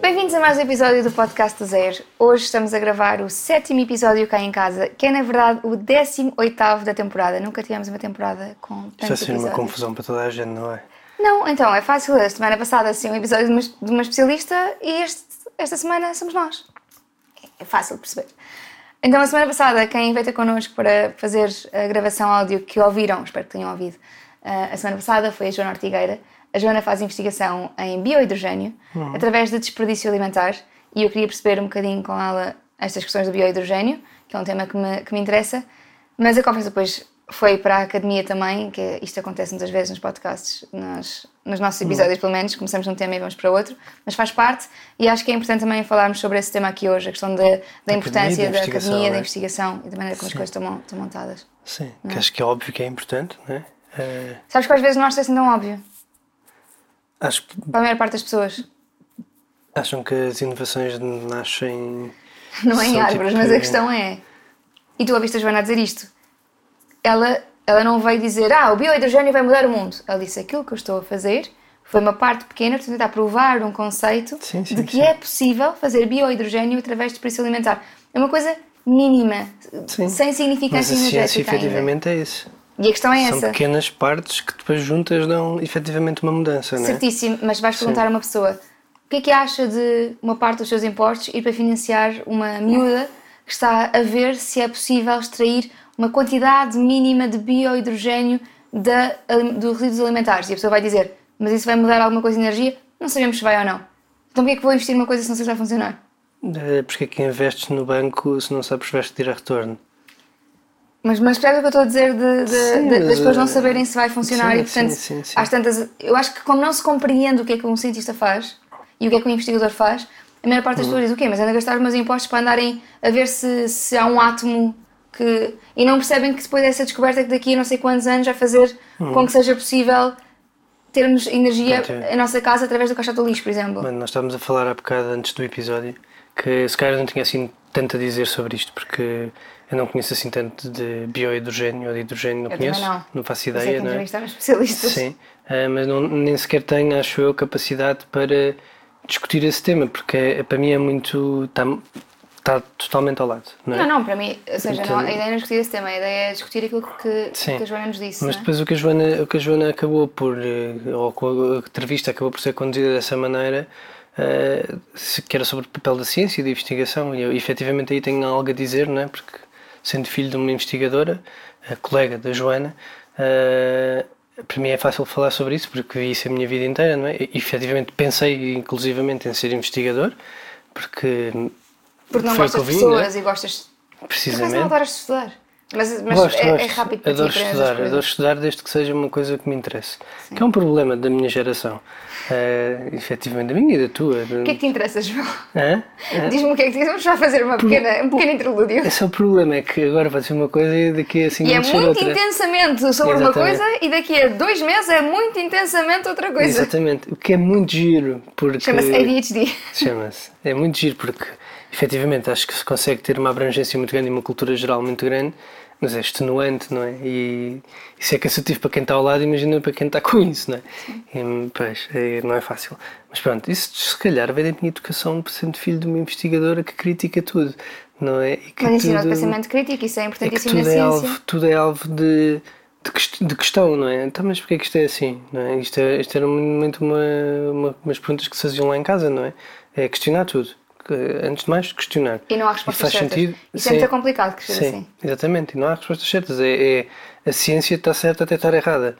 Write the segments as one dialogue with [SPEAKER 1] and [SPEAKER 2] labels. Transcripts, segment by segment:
[SPEAKER 1] Bem-vindos a mais um episódio do Podcast do Zero. Hoje estamos a gravar o sétimo episódio cá em casa, que é na verdade o 18 da temporada. Nunca tivemos uma temporada com tantos
[SPEAKER 2] Isto vai ser uma
[SPEAKER 1] episódios.
[SPEAKER 2] confusão para toda a gente, não é?
[SPEAKER 1] Não, então é fácil. A semana passada assim um episódio de uma, de uma especialista e este- esta semana somos nós. É- É fácil de perceber. Então a semana passada quem veio ter connosco para fazer a gravação áudio que ouviram, espero que tenham ouvido, ah, a semana passada foi a Joana Ortigueira. A Joana faz investigação em biohidrogênio através de desperdício alimentar e eu queria perceber um bocadinho com ela estas questões do biohidrogênio, que é um tema que me, que me interessa, mas a conversa depois foi para a academia também, que é- isto acontece muitas vezes nos podcasts, nós, nos nossos
[SPEAKER 2] Hum.
[SPEAKER 1] episódios pelo menos, começamos num tema e vamos para outro, mas faz parte e acho que é importante também falarmos sobre esse tema aqui hoje, a questão da, da importância
[SPEAKER 2] Academia, da
[SPEAKER 1] da academia,
[SPEAKER 2] investigação,
[SPEAKER 1] da
[SPEAKER 2] né?
[SPEAKER 1] investigação e da maneira como as coisas estão, mon- estão montadas.
[SPEAKER 2] Sim, que acho que é óbvio que é importante, não é? Eh,
[SPEAKER 1] Sabes que às vezes não acho assim tão óbvio,
[SPEAKER 2] acho que-
[SPEAKER 1] para a maior parte das pessoas.
[SPEAKER 2] acham que as inovações nascem.
[SPEAKER 1] Não é em
[SPEAKER 2] são
[SPEAKER 1] árvores,
[SPEAKER 2] tipo-
[SPEAKER 1] mas a questão é. E tu ouviste a Joana a dizer isto? Ela, ela não veio dizer, ah, o biohidrogênio vai mudar o mundo. Ela disse, aquilo que eu estou a fazer foi uma parte pequena de tentar provar um conceito
[SPEAKER 2] Sim, sim,
[SPEAKER 1] de que
[SPEAKER 2] sim.
[SPEAKER 1] é possível fazer biohidrogênio através de desperdício alimentar. É uma coisa mínima,
[SPEAKER 2] Sim.
[SPEAKER 1] sem
[SPEAKER 2] Mas
[SPEAKER 1] significância
[SPEAKER 2] a ciência
[SPEAKER 1] é energética ainda.
[SPEAKER 2] efetivamente é isso.
[SPEAKER 1] E a questão é
[SPEAKER 2] São
[SPEAKER 1] essa.
[SPEAKER 2] pequenas partes que depois juntas dão efetivamente uma mudança, não é?
[SPEAKER 1] Certíssimo, mas vais perguntar a uma pessoa o que é que acha de uma parte dos seus impostos ir para financiar uma miúda que está a ver se é possível extrair uma quantidade mínima de biohidrogênio da, alim- dos resíduos alimentares. E a pessoa vai dizer, mas isso vai mudar alguma coisa de energia? Não sabemos se vai ou não. Então porquê é que vou investir numa coisa se não sei se vai funcionar?
[SPEAKER 2] Eh, Porque é que investes no banco se não sabes se vais tirar retorno?
[SPEAKER 1] Mas, mas percebes o que eu estou a dizer de, de-
[SPEAKER 2] Sim,
[SPEAKER 1] de- das
[SPEAKER 2] mas,
[SPEAKER 1] pessoas não
[SPEAKER 2] eh,
[SPEAKER 1] saberem se vai funcionar
[SPEAKER 2] sim,
[SPEAKER 1] e portanto
[SPEAKER 2] sim, sim, sim.
[SPEAKER 1] às tantas. Eu acho que como não se compreende o que é que um cientista faz e o que é que um investigador faz, a maior
[SPEAKER 2] Uhum.
[SPEAKER 1] parte das pessoas diz o quê? Mas ando a gastar os meus impostos para andarem a ver se, se há um átomo que. E não percebem que depois dessa descoberta que daqui a não sei quantos anos vai fazer
[SPEAKER 2] Uhum.
[SPEAKER 1] com que seja possível termos energia
[SPEAKER 2] Portanto,
[SPEAKER 1] em nossa casa através do caixote do lixo, por exemplo.
[SPEAKER 2] Mano, nós estávamos a falar há bocado antes do episódio que se calhar não tinha assim tanto a dizer sobre isto porque eu não conheço assim tanto de biohidrogênio ou de hidrogênio, não
[SPEAKER 1] Eu também
[SPEAKER 2] conheço,
[SPEAKER 1] não.
[SPEAKER 2] faço
[SPEAKER 1] Por isso é
[SPEAKER 2] ideia,
[SPEAKER 1] que
[SPEAKER 2] não é?
[SPEAKER 1] entrevistar os especialistas.
[SPEAKER 2] Sim, ah, mas não, nem sequer tenho, acho eu, capacidade para discutir esse tema porque é- para mim é muito. está está totalmente ao lado, não é?
[SPEAKER 1] Não, não, para mim, ou seja, não- a
[SPEAKER 2] Então-
[SPEAKER 1] ideia não é discutir esse tema, a ideia é discutir aquilo que,
[SPEAKER 2] Sim.
[SPEAKER 1] que a Joana nos disse.
[SPEAKER 2] Mas
[SPEAKER 1] não é?
[SPEAKER 2] depois o que, a Joana, o que a Joana acabou por, eh, ou com a entrevista acabou por ser conduzida dessa maneira, eh, se- que era sobre o papel da ciência e da investigação, e eu efetivamente aí tenho algo a dizer, não é? Porque sendo filho de uma investigadora, a colega da Joana, eh, para mim é fácil falar sobre isso, porque vi isso a minha vida inteira, não é? E, efetivamente pensei inclusivamente em ser investigador, porque
[SPEAKER 1] Porque não
[SPEAKER 2] foi o que
[SPEAKER 1] gostas
[SPEAKER 2] eu
[SPEAKER 1] de
[SPEAKER 2] vi, não é?
[SPEAKER 1] pessoas e gostas. Por acaso não
[SPEAKER 2] precisamente.
[SPEAKER 1] adoras estudar. Mas, mas
[SPEAKER 2] Gosto,
[SPEAKER 1] é, é
[SPEAKER 2] gosto.
[SPEAKER 1] rápido para
[SPEAKER 2] adoro
[SPEAKER 1] ti aprenderes
[SPEAKER 2] estudar,
[SPEAKER 1] as coisas.
[SPEAKER 2] adoro estudar desde que seja uma coisa que me interesse. Que é um problema da minha geração. Eh, efetivamente, da minha e da tua.
[SPEAKER 1] O que é que te interessa, João?
[SPEAKER 2] Hã?
[SPEAKER 1] Diz-me o que é que te Vamos já fazer uma pequena, um pequeno interlúdio.
[SPEAKER 2] Esse é o problema, é que agora vai ser uma coisa e daqui a 5
[SPEAKER 1] E é
[SPEAKER 2] anos ser
[SPEAKER 1] muito
[SPEAKER 2] outra.
[SPEAKER 1] intensamente sobre uma
[SPEAKER 2] Exatamente.
[SPEAKER 1] coisa e daqui a dois meses é muito intensamente outra coisa.
[SPEAKER 2] Exatamente. O que é muito giro, porque.
[SPEAKER 1] Chama-se ADHD.
[SPEAKER 2] Chama-se. É muito giro porque, efetivamente, acho que se consegue ter uma abrangência muito grande e uma cultura geral muito grande, mas é extenuante, não é? E isso é cansativo para quem está ao lado, imagina para quem está com isso, não é? E, pois, é, não é fácil. Mas pronto, isso se calhar vem da minha educação por sendo filho de uma investigadora que critica tudo, não é? E que
[SPEAKER 1] Mas ensina o
[SPEAKER 2] tudo-
[SPEAKER 1] pensamento crítico, isso é
[SPEAKER 2] é que
[SPEAKER 1] importantíssimo na
[SPEAKER 2] tudo é,
[SPEAKER 1] ciência.
[SPEAKER 2] alvo, tudo é alvo de, de, quest- de questão, não é? Então, mas porquê que isto é assim? Não é? Isto, é, isto era muito uma, uma, umas perguntas que se faziam lá em casa, não é? É questionar tudo. Que, Antes de mais, questionar.
[SPEAKER 1] E não há respostas
[SPEAKER 2] faz
[SPEAKER 1] certas.
[SPEAKER 2] Sentido?
[SPEAKER 1] Isso é muito
[SPEAKER 2] Sim.
[SPEAKER 1] complicado crescer
[SPEAKER 2] Sim,
[SPEAKER 1] assim.
[SPEAKER 2] exatamente. E não há respostas certas. É, é- a ciência está certa até estar errada.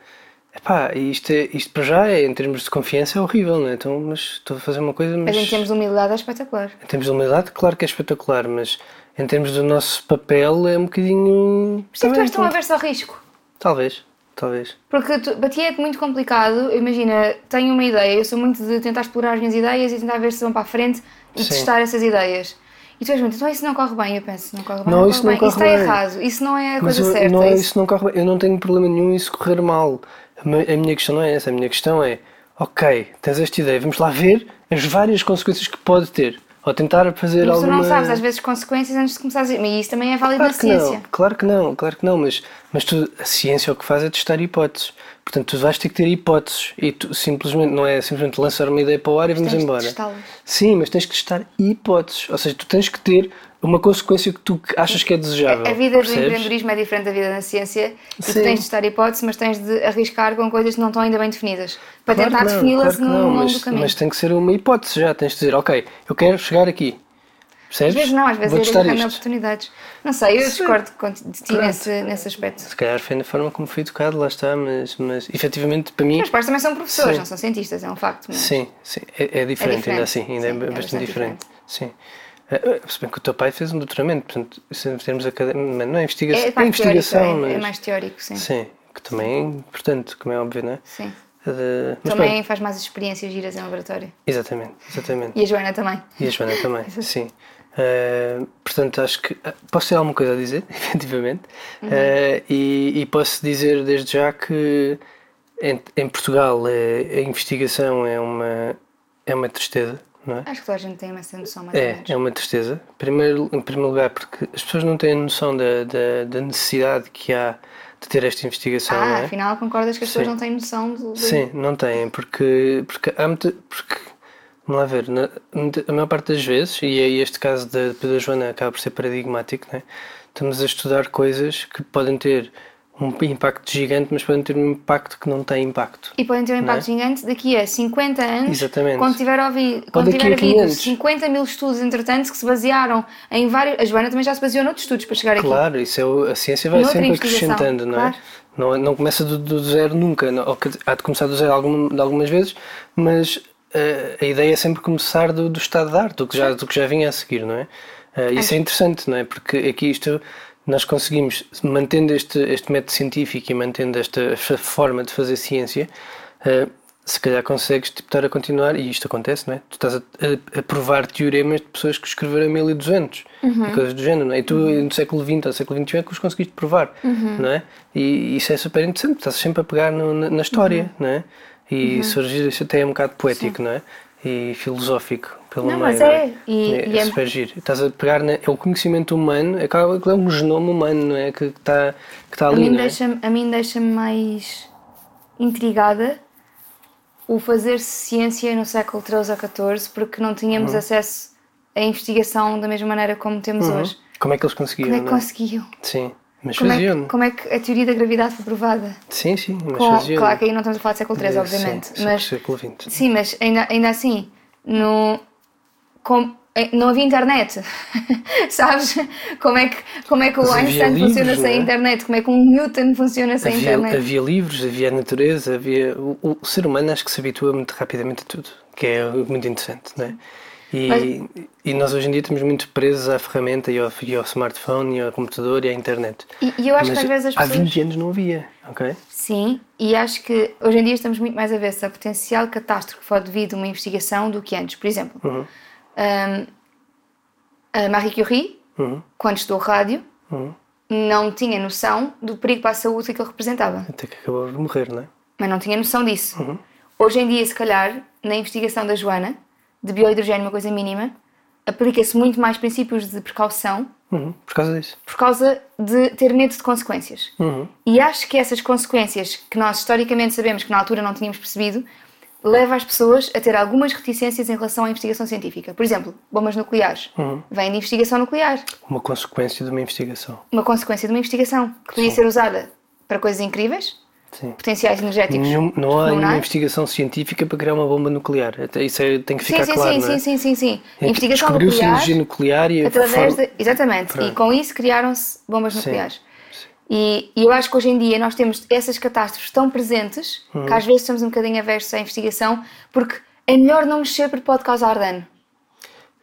[SPEAKER 2] Epá, e isto, é- isto para já, é, em termos de confiança, é horrível, não é? Então, mas estou a fazer uma coisa, mas...
[SPEAKER 1] Mas em termos de humildade é espetacular.
[SPEAKER 2] Em termos de humildade, claro que é espetacular, mas em termos do nosso papel é um bocadinho.
[SPEAKER 1] Por isso é que tu
[SPEAKER 2] Também
[SPEAKER 1] és tão
[SPEAKER 2] não-
[SPEAKER 1] aberto ao risco.
[SPEAKER 2] Talvez, talvez.
[SPEAKER 1] Porque tu- para ti é muito complicado, imagina, tenho uma ideia, eu sou muito de tentar explorar as minhas ideias e tentar ver se vão para a frente e
[SPEAKER 2] Sim.
[SPEAKER 1] testar essas ideias. E tu és muito, então isso não corre bem, eu penso, não corre bem,
[SPEAKER 2] Não,
[SPEAKER 1] não,
[SPEAKER 2] isso
[SPEAKER 1] corre
[SPEAKER 2] não
[SPEAKER 1] bem, isso
[SPEAKER 2] corre
[SPEAKER 1] está
[SPEAKER 2] bem.
[SPEAKER 1] errado, isso não é a
[SPEAKER 2] Mas
[SPEAKER 1] coisa
[SPEAKER 2] eu-
[SPEAKER 1] certa.
[SPEAKER 2] não, é-
[SPEAKER 1] isso-
[SPEAKER 2] isso não corre bem. Eu não tenho problema nenhum em isso correr mal. A mi- a minha questão não é essa. A minha questão é: ok, tens esta ideia, vamos lá ver as várias consequências que pode ter. Ou tentar fazer
[SPEAKER 1] Mas tu
[SPEAKER 2] alguma...
[SPEAKER 1] não sabes às vezes consequências antes de começares a... E isso também é válido
[SPEAKER 2] Claro
[SPEAKER 1] na
[SPEAKER 2] que não,
[SPEAKER 1] ciência.
[SPEAKER 2] claro que não, claro que não, mas, mas tu, a ciência o que faz é testar hipóteses. Portanto, tu vais ter que ter hipóteses e tu simplesmente, não é simplesmente lançar uma ideia para o ar e vamos
[SPEAKER 1] tens de
[SPEAKER 2] embora.
[SPEAKER 1] testá-las.
[SPEAKER 2] Sim, mas tens que testar hipóteses. Ou seja, tu tens que ter uma consequência que tu achas que é desejável.
[SPEAKER 1] A vida do
[SPEAKER 2] percebes?
[SPEAKER 1] empreendedorismo é diferente da vida na ciência e tu
[SPEAKER 2] Sim.
[SPEAKER 1] tens de estar hipótese, mas tens de arriscar com coisas que não estão ainda bem definidas para
[SPEAKER 2] Claro
[SPEAKER 1] tentar
[SPEAKER 2] que não,
[SPEAKER 1] defini-las
[SPEAKER 2] claro que
[SPEAKER 1] no
[SPEAKER 2] não,
[SPEAKER 1] longo
[SPEAKER 2] mas,
[SPEAKER 1] do caminho.
[SPEAKER 2] mas tem que ser uma hipótese já. Tens de dizer, ok, eu quero chegar aqui.
[SPEAKER 1] às
[SPEAKER 2] Percebes?
[SPEAKER 1] vezes não, às
[SPEAKER 2] Vou
[SPEAKER 1] vezes é
[SPEAKER 2] testar
[SPEAKER 1] arranjando
[SPEAKER 2] isto.
[SPEAKER 1] oportunidades. Não sei, eu discordo conti- de ti
[SPEAKER 2] Pronto.
[SPEAKER 1] nesse, nesse aspecto.
[SPEAKER 2] Se calhar foi na forma como fui educado, lá está, mas, mas efetivamente para mim.
[SPEAKER 1] Meus pais também são professores,
[SPEAKER 2] Sim.
[SPEAKER 1] não são cientistas, é um facto. mas-
[SPEAKER 2] Sim, sim, é, é diferente,
[SPEAKER 1] diferente.
[SPEAKER 2] ainda assim, ainda
[SPEAKER 1] Sim,
[SPEAKER 2] é,
[SPEAKER 1] é
[SPEAKER 2] bastante,
[SPEAKER 1] bastante
[SPEAKER 2] diferente. Sim. Eh, eh, Se bem que o teu pai fez um doutoramento, portanto, se em termos académicos, não é investigação,
[SPEAKER 1] É,
[SPEAKER 2] é,
[SPEAKER 1] de facto
[SPEAKER 2] investigação,
[SPEAKER 1] teórico, é,
[SPEAKER 2] mas.
[SPEAKER 1] é mais teórico, sim. Sim.
[SPEAKER 2] Sim, que também é importante, como é óbvio, não é? Eh, mas
[SPEAKER 1] Também
[SPEAKER 2] pronto,
[SPEAKER 1] faz mais experiências giras em laboratório.
[SPEAKER 2] exatamente, exatamente.
[SPEAKER 1] E a Joana também.
[SPEAKER 2] E a Joana também, sim. Eh, portanto, acho que ah, posso ter alguma coisa a dizer, efetivamente, Eh, e, e posso dizer desde já que em, em Portugal eh, a investigação é uma, é uma tristeza, não é?
[SPEAKER 1] Acho que toda a gente tem essa noção mais ou
[SPEAKER 2] É,
[SPEAKER 1] menos.
[SPEAKER 2] é uma tristeza. Primeiro, em primeiro lugar, porque as pessoas não têm noção da, da, da necessidade que há de ter esta investigação, não
[SPEAKER 1] Ah,
[SPEAKER 2] é?
[SPEAKER 1] afinal concordas que as pessoas
[SPEAKER 2] Sim.
[SPEAKER 1] não têm noção do. do-
[SPEAKER 2] Sim, não têm, porque, porque há muita. Porque, vamos lá ver, na- muita- a maior parte das vezes, e é este caso da, da Joana acaba por ser paradigmático, não é? estamos a estudar coisas que podem ter um impacto gigante, mas podem ter um impacto que não tem impacto.
[SPEAKER 1] E podem ter um
[SPEAKER 2] Não é?
[SPEAKER 1] impacto gigante daqui a 50 anos.
[SPEAKER 2] Exatamente.
[SPEAKER 1] Quando tiver, ouvi, quando
[SPEAKER 2] daqui a
[SPEAKER 1] tiver havido
[SPEAKER 2] 500.
[SPEAKER 1] 50 mil estudos, entretanto, que se basearam em vários. A Joana também já se baseou noutros estudos para chegar aqui.
[SPEAKER 2] Claro, isso é o- a ciência vai
[SPEAKER 1] Noutra
[SPEAKER 2] sempre
[SPEAKER 1] investigação,
[SPEAKER 2] acrescentando, não é?
[SPEAKER 1] claro.
[SPEAKER 2] Não, não começa do, do zero nunca, não- ou que há de começar do zero algum, de algumas vezes, mas eh, a ideia é sempre começar do, do estado de arte, do que já, do que já vinha a seguir, não é? Eh, isso é interessante, não é? Porque aqui isto nós conseguimos, mantendo este, este método científico e mantendo esta, esta forma de fazer ciência, eh, se calhar consegues tipo, estar a continuar, e isto acontece, não é? Tu estás a, a- a provar teoremas de pessoas que escreveram 1200
[SPEAKER 1] Uhum.
[SPEAKER 2] e coisas do género, não é? E tu, no século XX ou século XXI, é que os conseguiste provar,
[SPEAKER 1] Uhum.
[SPEAKER 2] não é? E isso é super interessante, estás sempre a pegar no- na, na história,
[SPEAKER 1] Uhum.
[SPEAKER 2] não é? E surgir isso até é um bocado poético, não é? E filosófico, pelo
[SPEAKER 1] Não,
[SPEAKER 2] meio.
[SPEAKER 1] mas
[SPEAKER 2] não
[SPEAKER 1] é, e-
[SPEAKER 2] é,
[SPEAKER 1] e é-
[SPEAKER 2] super giro. Estás a pegar na, é o conhecimento humano, é, claro que é um genoma humano, não é? Que que está que está
[SPEAKER 1] A
[SPEAKER 2] ali,
[SPEAKER 1] mim
[SPEAKER 2] não é?
[SPEAKER 1] deixa-me a mim deixa-me mais intrigada o fazer ciência no século XIII ou XIV, porque não tínhamos acesso à investigação da mesma maneira como temos
[SPEAKER 2] Uhum.
[SPEAKER 1] hoje.
[SPEAKER 2] Como é que eles conseguiam,
[SPEAKER 1] Como é que
[SPEAKER 2] não é?
[SPEAKER 1] conseguiam?
[SPEAKER 2] Sim, mas
[SPEAKER 1] Como é,
[SPEAKER 2] faziam.
[SPEAKER 1] que, como é que a teoria da gravidade foi provada?
[SPEAKER 2] Sim, sim, mas
[SPEAKER 1] Com-
[SPEAKER 2] faziam.
[SPEAKER 1] claro que aí não estamos a falar do século
[SPEAKER 2] Sim,
[SPEAKER 1] XIII, obviamente.
[SPEAKER 2] sim,
[SPEAKER 1] mas,
[SPEAKER 2] século XX.
[SPEAKER 1] sim, mas ainda, ainda assim, no, com- eh, não havia internet. Sabes? Como é que, como é que
[SPEAKER 2] Mas
[SPEAKER 1] o
[SPEAKER 2] havia
[SPEAKER 1] Einstein
[SPEAKER 2] livros,
[SPEAKER 1] funciona sem
[SPEAKER 2] não é?
[SPEAKER 1] internet? Como é que um Newton funciona sem
[SPEAKER 2] Havia,
[SPEAKER 1] internet?
[SPEAKER 2] havia livros, havia natureza, havia. O, o- o ser humano acho que se habitua muito rapidamente a tudo, que é muito interessante, não é? E, e nós hoje em dia estamos muito presos à ferramenta e ao, e ao smartphone e ao computador e à internet.
[SPEAKER 1] E, e eu acho
[SPEAKER 2] Mas
[SPEAKER 1] que às vezes as
[SPEAKER 2] há
[SPEAKER 1] pessoas.
[SPEAKER 2] 20 anos não havia, ok?
[SPEAKER 1] Sim, e acho que hoje em dia estamos muito mais avessos à potencial catástrofe ou devido a uma investigação do que antes. Por exemplo,
[SPEAKER 2] Uhum.
[SPEAKER 1] hum, a Marie Curie,
[SPEAKER 2] Uhum.
[SPEAKER 1] quando estudou rádio,
[SPEAKER 2] Uhum.
[SPEAKER 1] não tinha noção do perigo para a saúde que ele representava,
[SPEAKER 2] Até que acabou de morrer, não é?
[SPEAKER 1] mas não tinha noção disso.
[SPEAKER 2] Uhum.
[SPEAKER 1] Hoje em dia, se calhar, na investigação da Joana, de biohidrogênio, uma coisa mínima, aplica-se muito mais princípios de precaução
[SPEAKER 2] Uhum, Por causa disso.
[SPEAKER 1] por causa de ter medo de consequências.
[SPEAKER 2] Uhum.
[SPEAKER 1] E acho que essas consequências, que nós historicamente sabemos que na altura não tínhamos percebido, leva as pessoas a ter algumas reticências em relação à investigação científica. Por exemplo, bombas nucleares.
[SPEAKER 2] Uhum.
[SPEAKER 1] Vem de investigação nuclear.
[SPEAKER 2] Uma consequência de uma investigação.
[SPEAKER 1] Uma consequência de uma investigação que podia ser usada para coisas incríveis,
[SPEAKER 2] Sim.
[SPEAKER 1] potenciais energéticos.
[SPEAKER 2] Nenhum- não há
[SPEAKER 1] Não é?
[SPEAKER 2] nenhuma
[SPEAKER 1] há?
[SPEAKER 2] investigação científica para criar uma bomba nuclear. Até Isso é, tem que
[SPEAKER 1] Sim,
[SPEAKER 2] ficar
[SPEAKER 1] sim,
[SPEAKER 2] claro,
[SPEAKER 1] sim,
[SPEAKER 2] não
[SPEAKER 1] sim,
[SPEAKER 2] é?
[SPEAKER 1] sim, sim, sim.
[SPEAKER 2] É que
[SPEAKER 1] Investigação
[SPEAKER 2] Descobriu-se a
[SPEAKER 1] nuclear
[SPEAKER 2] energia nuclear e a
[SPEAKER 1] através
[SPEAKER 2] forma-
[SPEAKER 1] de... Exatamente. E
[SPEAKER 2] Pronto.
[SPEAKER 1] com isso criaram-se bombas
[SPEAKER 2] Sim.
[SPEAKER 1] nucleares. E, e eu acho que hoje em dia nós temos essas catástrofes tão presentes que
[SPEAKER 2] Hum.
[SPEAKER 1] às vezes estamos um bocadinho aversos à investigação porque é melhor não mexer porque pode causar dano.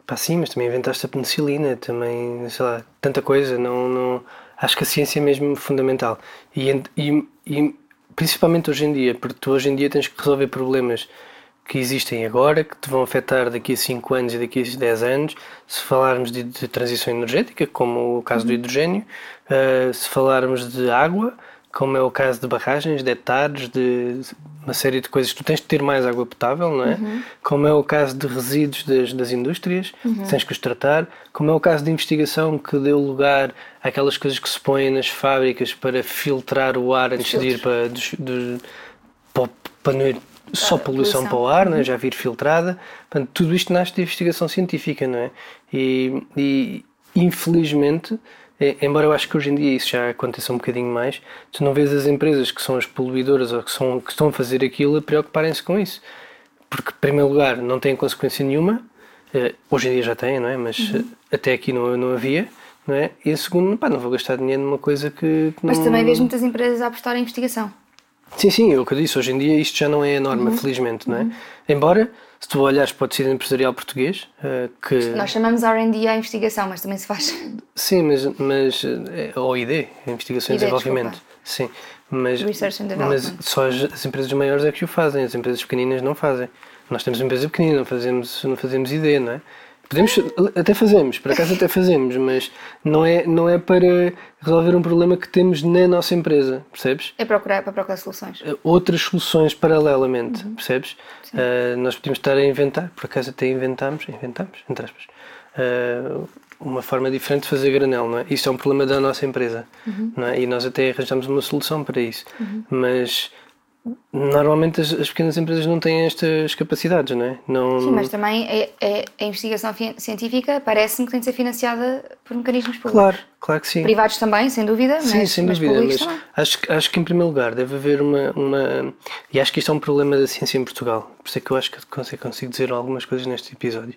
[SPEAKER 2] Pá, sim, mas também inventaste a penicilina, também, sei lá, tanta coisa. Não, não... Acho que a ciência é mesmo fundamental. E, ent- e- e principalmente hoje em dia, porque tu hoje em dia tens que resolver problemas que existem agora, que te vão afetar daqui a 5 anos e daqui a 10 anos. Se falarmos de,
[SPEAKER 1] Uhum.
[SPEAKER 2] de transição energética, como o caso do hidrogênio, eh, se falarmos de água, como é o caso de barragens, de hectares, de uma série de coisas. Tu tens de ter mais água potável, não é? Como é o caso de resíduos das, das indústrias, tens que os tratar. Como é o caso de investigação que deu lugar àquelas coisas que se põem nas fábricas para filtrar o ar antes de ir para, dos, dos, para, o- para não ir só poluição,
[SPEAKER 1] poluição.
[SPEAKER 2] para o ar, não é? já vir filtrada. Portanto, tudo isto nasce de investigação científica, não é? E, e, infelizmente, eh, embora eu acho que hoje em dia isso já aconteça um bocadinho mais, tu não vês as empresas que são as poluidoras ou que, são, que estão a fazer aquilo a preocuparem-se com isso. Porque, em primeiro lugar, não tem consequência nenhuma. Eh, Hoje em dia já tem, não é? Mas
[SPEAKER 1] Uhum.
[SPEAKER 2] eh, até aqui não, não havia. Não é? E segundo, pá, não vou gastar dinheiro numa coisa que, que
[SPEAKER 1] Mas
[SPEAKER 2] não,
[SPEAKER 1] também vejo muitas empresas a apostar em investigação.
[SPEAKER 2] Sim, sim, é o que eu disse. Hoje em dia isto já não é a norma,
[SPEAKER 1] Uhum.
[SPEAKER 2] felizmente, não é? Embora, se tu olhares para o tecido empresarial português, eh, que.
[SPEAKER 1] Nós chamamos R&D à investigação, mas também se faz.
[SPEAKER 2] Sim, mas. mas eh, ou ID, Investigação e
[SPEAKER 1] ID,
[SPEAKER 2] Desenvolvimento. Sim. Mas,
[SPEAKER 1] Research and
[SPEAKER 2] mas
[SPEAKER 1] Development.
[SPEAKER 2] só as, as empresas maiores é que o fazem, as empresas pequeninas não fazem. Nós temos uma empresa pequenina, não fazemos, não fazemos ID, não é? Podemos, até fazemos, por acaso até fazemos, mas não é, não é para resolver um problema que temos na nossa empresa, percebes?
[SPEAKER 1] É procurar, para procurar soluções.
[SPEAKER 2] eh, outras soluções paralelamente,
[SPEAKER 1] Uhum.
[SPEAKER 2] percebes? Eh, nós podíamos estar a inventar, por acaso até inventámos, inventámos, entre aspas, eh, uma forma diferente de fazer granel, não é? Isso é um problema da nossa empresa,
[SPEAKER 1] Uhum.
[SPEAKER 2] não é? E nós até arranjamos uma solução para isso, mas normalmente as, as pequenas empresas não têm estas capacidades, não é? Não,
[SPEAKER 1] Sim, mas também é- é- a investigação fi- científica parece-me que tem de ser financiada por mecanismos públicos.
[SPEAKER 2] Claro, claro que sim.
[SPEAKER 1] Privados também, sem dúvida,
[SPEAKER 2] Sim,
[SPEAKER 1] né? mas,
[SPEAKER 2] sem
[SPEAKER 1] mas
[SPEAKER 2] dúvida,
[SPEAKER 1] públicos
[SPEAKER 2] mas
[SPEAKER 1] também.
[SPEAKER 2] acho, que- acho que em primeiro lugar deve haver uma, uma. E acho que isto é um problema da ciência em Portugal. Por isso é que eu acho que consigo, consigo dizer algumas coisas neste episódio.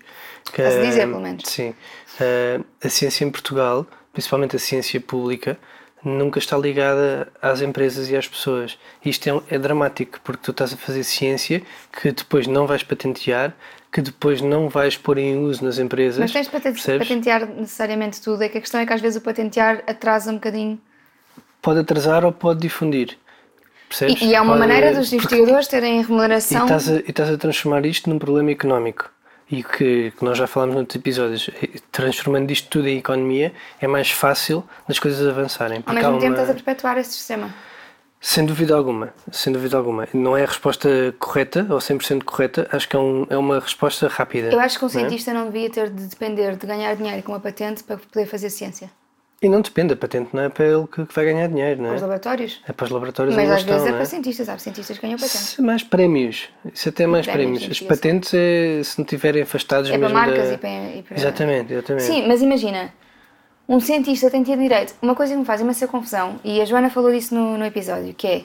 [SPEAKER 2] Que,
[SPEAKER 1] Posso dizer,
[SPEAKER 2] eh,
[SPEAKER 1] pelo menos.
[SPEAKER 2] Sim. Eh, a ciência em Portugal, principalmente a ciência pública, nunca está ligada às empresas e às pessoas. Isto é, um- é dramático, porque tu estás a fazer ciência que depois não vais patentear, que depois não vais pôr em uso nas empresas.
[SPEAKER 1] Mas tens de paten-
[SPEAKER 2] percebes?
[SPEAKER 1] patentear necessariamente tudo. É que a questão é que às vezes o patentear atrasa um bocadinho.
[SPEAKER 2] Pode atrasar ou pode difundir. Percebes?
[SPEAKER 1] E, e é uma
[SPEAKER 2] Pode-
[SPEAKER 1] maneira dos
[SPEAKER 2] porque-
[SPEAKER 1] investigadores terem
[SPEAKER 2] E
[SPEAKER 1] remuneração.
[SPEAKER 2] estás, a, e estás a transformar isto num problema económico. E que, que nós já falámos noutros episódios. E Transformando isto tudo em economia, é mais fácil das coisas avançarem.
[SPEAKER 1] Ao
[SPEAKER 2] porque há
[SPEAKER 1] mesmo tempo
[SPEAKER 2] uma-
[SPEAKER 1] estás a perpetuar esse sistema.
[SPEAKER 2] Sem dúvida alguma, sem dúvida alguma. Não é a resposta correta, ou 100% correta, acho que é, um- é uma resposta rápida.
[SPEAKER 1] Eu acho que um
[SPEAKER 2] não é?
[SPEAKER 1] cientista não devia ter de depender de ganhar dinheiro com uma patente para poder fazer ciência.
[SPEAKER 2] E não depende, a patente não é para ele que, que vai ganhar dinheiro, não
[SPEAKER 1] Para os
[SPEAKER 2] é?
[SPEAKER 1] laboratórios.
[SPEAKER 2] É para os laboratórios
[SPEAKER 1] Mas
[SPEAKER 2] onde
[SPEAKER 1] às
[SPEAKER 2] eles
[SPEAKER 1] vezes
[SPEAKER 2] estão,
[SPEAKER 1] é
[SPEAKER 2] não
[SPEAKER 1] para cientistas. Há cientistas que ganham patente.
[SPEAKER 2] Isso é mais prémios. Isso até é mais prémios.
[SPEAKER 1] prémios,
[SPEAKER 2] As
[SPEAKER 1] investigação.
[SPEAKER 2] patentes é se não tiverem afastados
[SPEAKER 1] É para
[SPEAKER 2] mesmo
[SPEAKER 1] marcas
[SPEAKER 2] da...
[SPEAKER 1] e para- e para-
[SPEAKER 2] Exatamente, exatamente.
[SPEAKER 1] Sim, mas imagina, um cientista tem tido direito. Uma coisa que me faz imensa confusão, e a Joana falou disso no, no episódio, que é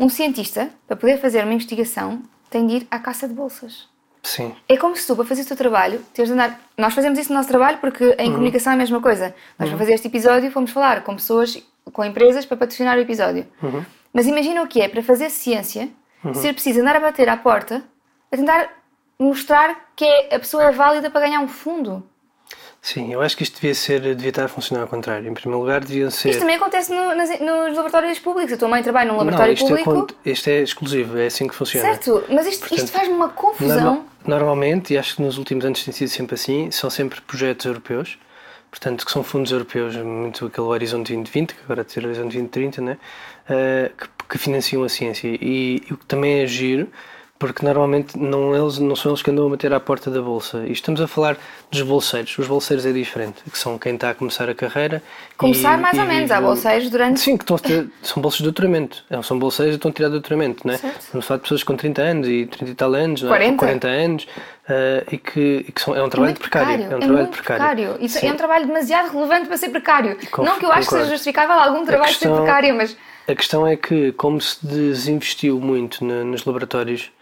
[SPEAKER 1] um cientista, para poder fazer uma investigação, tem de ir à caça de bolsas.
[SPEAKER 2] Sim.
[SPEAKER 1] É como se tu, para fazer o teu trabalho, teres de andar. Nós fazemos isso no nosso trabalho porque em comunicação é a mesma coisa. Nós, para fazer este episódio, fomos falar com pessoas, com empresas, para patrocinar o episódio. Mas imagina o que é, para fazer ciência, ser preciso andar a bater à porta, a tentar mostrar que é- a pessoa é válida para ganhar um fundo.
[SPEAKER 2] Sim, eu acho que isto devia ser, devia estar a funcionar ao contrário. Em primeiro lugar, deviam ser.
[SPEAKER 1] Isto também acontece no- nas- nos laboratórios públicos. A tua mãe trabalha num
[SPEAKER 2] não,
[SPEAKER 1] laboratório
[SPEAKER 2] isto é,
[SPEAKER 1] público.
[SPEAKER 2] cont- isto é exclusivo, é assim que funciona.
[SPEAKER 1] certo, mas isto, isto
[SPEAKER 2] Portanto, é
[SPEAKER 1] faz-me uma confusão.
[SPEAKER 2] Norma- normalmente, e acho que nos últimos anos tem sido sempre assim, são sempre projetos europeus, portanto, que são fundos europeus, muito aquele Horizonte 2020, que agora é Horizonte 2030, né? eh, que, que financiam a ciência. E, e o que também é giro, porque normalmente não, eles, não são eles que andam a bater à porta da bolsa. E estamos a falar dos bolseiros. Os bolseiros é diferente, que são quem está a começar a carreira.
[SPEAKER 1] Começar
[SPEAKER 2] e-
[SPEAKER 1] mais
[SPEAKER 2] e
[SPEAKER 1] ou menos, há
[SPEAKER 2] vive-
[SPEAKER 1] bolseiros durante.
[SPEAKER 2] Sim, que estão a ter- são bolsas de doutoramento. É, São bolseiros e estão a tirar doutoramento, não é?
[SPEAKER 1] Certo.
[SPEAKER 2] Estamos a falar de pessoas com 30 anos e 30 e tal anos, não é?
[SPEAKER 1] 40.
[SPEAKER 2] 40 anos, eh, e que, e que são, é um trabalho
[SPEAKER 1] muito
[SPEAKER 2] precário. É um
[SPEAKER 1] é
[SPEAKER 2] trabalho
[SPEAKER 1] muito precário. Isso
[SPEAKER 2] Sim.
[SPEAKER 1] é um trabalho demasiado relevante para ser precário.
[SPEAKER 2] Conf-
[SPEAKER 1] Não que eu acho que
[SPEAKER 2] concordo.
[SPEAKER 1] seja justificável algum trabalho
[SPEAKER 2] questão-
[SPEAKER 1] ser precário, mas
[SPEAKER 2] A questão é que, como se desinvestiu muito na- nos laboratórios,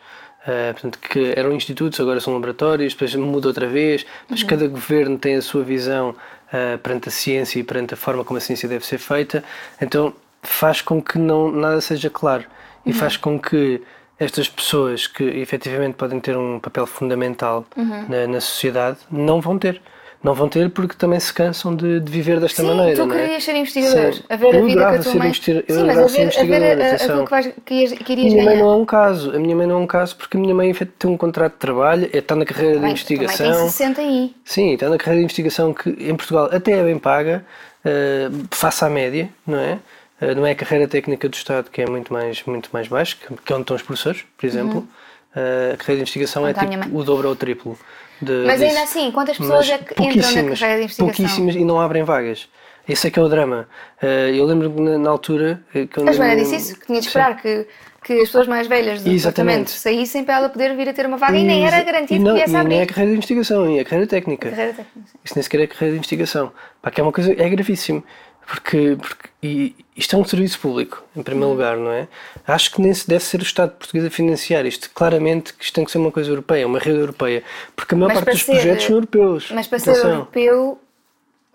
[SPEAKER 2] eh, portanto, que eram institutos, agora são laboratórios, depois muda outra vez, mas cada governo tem a sua visão eh, perante a ciência e perante a forma como a ciência deve ser feita, então faz com que não, nada seja claro e faz com que estas pessoas que efetivamente podem ter um papel fundamental na, na sociedade não vão ter. Não vão ter porque também se cansam de, de viver desta
[SPEAKER 1] sim, então
[SPEAKER 2] maneira.
[SPEAKER 1] tu
[SPEAKER 2] não é?
[SPEAKER 1] querias ser investigador.
[SPEAKER 2] Sim.
[SPEAKER 1] A ver a vida
[SPEAKER 2] Eu
[SPEAKER 1] que
[SPEAKER 2] adorava
[SPEAKER 1] a tua
[SPEAKER 2] ser
[SPEAKER 1] mãe.
[SPEAKER 2] investiga-
[SPEAKER 1] Sim,
[SPEAKER 2] eu
[SPEAKER 1] mas a
[SPEAKER 2] adorava ser
[SPEAKER 1] ver, a ver
[SPEAKER 2] investigador,
[SPEAKER 1] a-
[SPEAKER 2] atenção.
[SPEAKER 1] aquilo que, vais, que, ias, que irias
[SPEAKER 2] minha mãe
[SPEAKER 1] ganhar.
[SPEAKER 2] não é um caso. A minha mãe não é um caso porque a minha mãe efet- tem um contrato de trabalho, é- está na carreira de
[SPEAKER 1] Bem,
[SPEAKER 2] investigação.
[SPEAKER 1] Também tem 60 aí.
[SPEAKER 2] Sim, está na carreira de investigação que em Portugal até é bem paga, eh, face à média, não é? eh, não é a carreira técnica do Estado, que é muito mais, muito mais baixo, que, que é onde estão os professores, por exemplo. Eh, a carreira de investigação
[SPEAKER 1] Onde está Uhum. a
[SPEAKER 2] é
[SPEAKER 1] minha
[SPEAKER 2] tipo
[SPEAKER 1] mãe.
[SPEAKER 2] o dobro ou o triplo. de-
[SPEAKER 1] Mas
[SPEAKER 2] disso.
[SPEAKER 1] ainda assim, quantas pessoas
[SPEAKER 2] Mas
[SPEAKER 1] é que entram na
[SPEAKER 2] pouquíssimas,
[SPEAKER 1] carreira de investigação?
[SPEAKER 2] Pouquíssimas e não abrem vagas. Esse é que é o drama. Eh, eu lembro que na, na altura. eh, que eu
[SPEAKER 1] A Joana
[SPEAKER 2] não-
[SPEAKER 1] disse isso, que tinha de
[SPEAKER 2] Sim.
[SPEAKER 1] esperar que, que as pessoas mais velhas do
[SPEAKER 2] Exatamente.
[SPEAKER 1] departamento saíssem para ela poder vir a ter uma vaga e nem era
[SPEAKER 2] Exa-
[SPEAKER 1] garantido
[SPEAKER 2] e não,
[SPEAKER 1] que viesse
[SPEAKER 2] e
[SPEAKER 1] a
[SPEAKER 2] nem é a
[SPEAKER 1] abrir.
[SPEAKER 2] carreira de investigação, e a carreira técnica.
[SPEAKER 1] Carreira técnica, sim.
[SPEAKER 2] Isso nem sequer é carreira de investigação. Pá, que é uma coisa, é gravíssimo. Porque, porque e isto é um serviço público, em
[SPEAKER 1] Hum.
[SPEAKER 2] primeiro lugar, não é? Acho que nem se deve ser o Estado português a financiar isto. Claramente que isto tem que ser uma coisa europeia, uma rede europeia. Porque a maior
[SPEAKER 1] Mas
[SPEAKER 2] parte
[SPEAKER 1] para
[SPEAKER 2] dos
[SPEAKER 1] ser- eh,
[SPEAKER 2] projetos são europeus.
[SPEAKER 1] Mas para ser
[SPEAKER 2] Atenção.
[SPEAKER 1] europeu,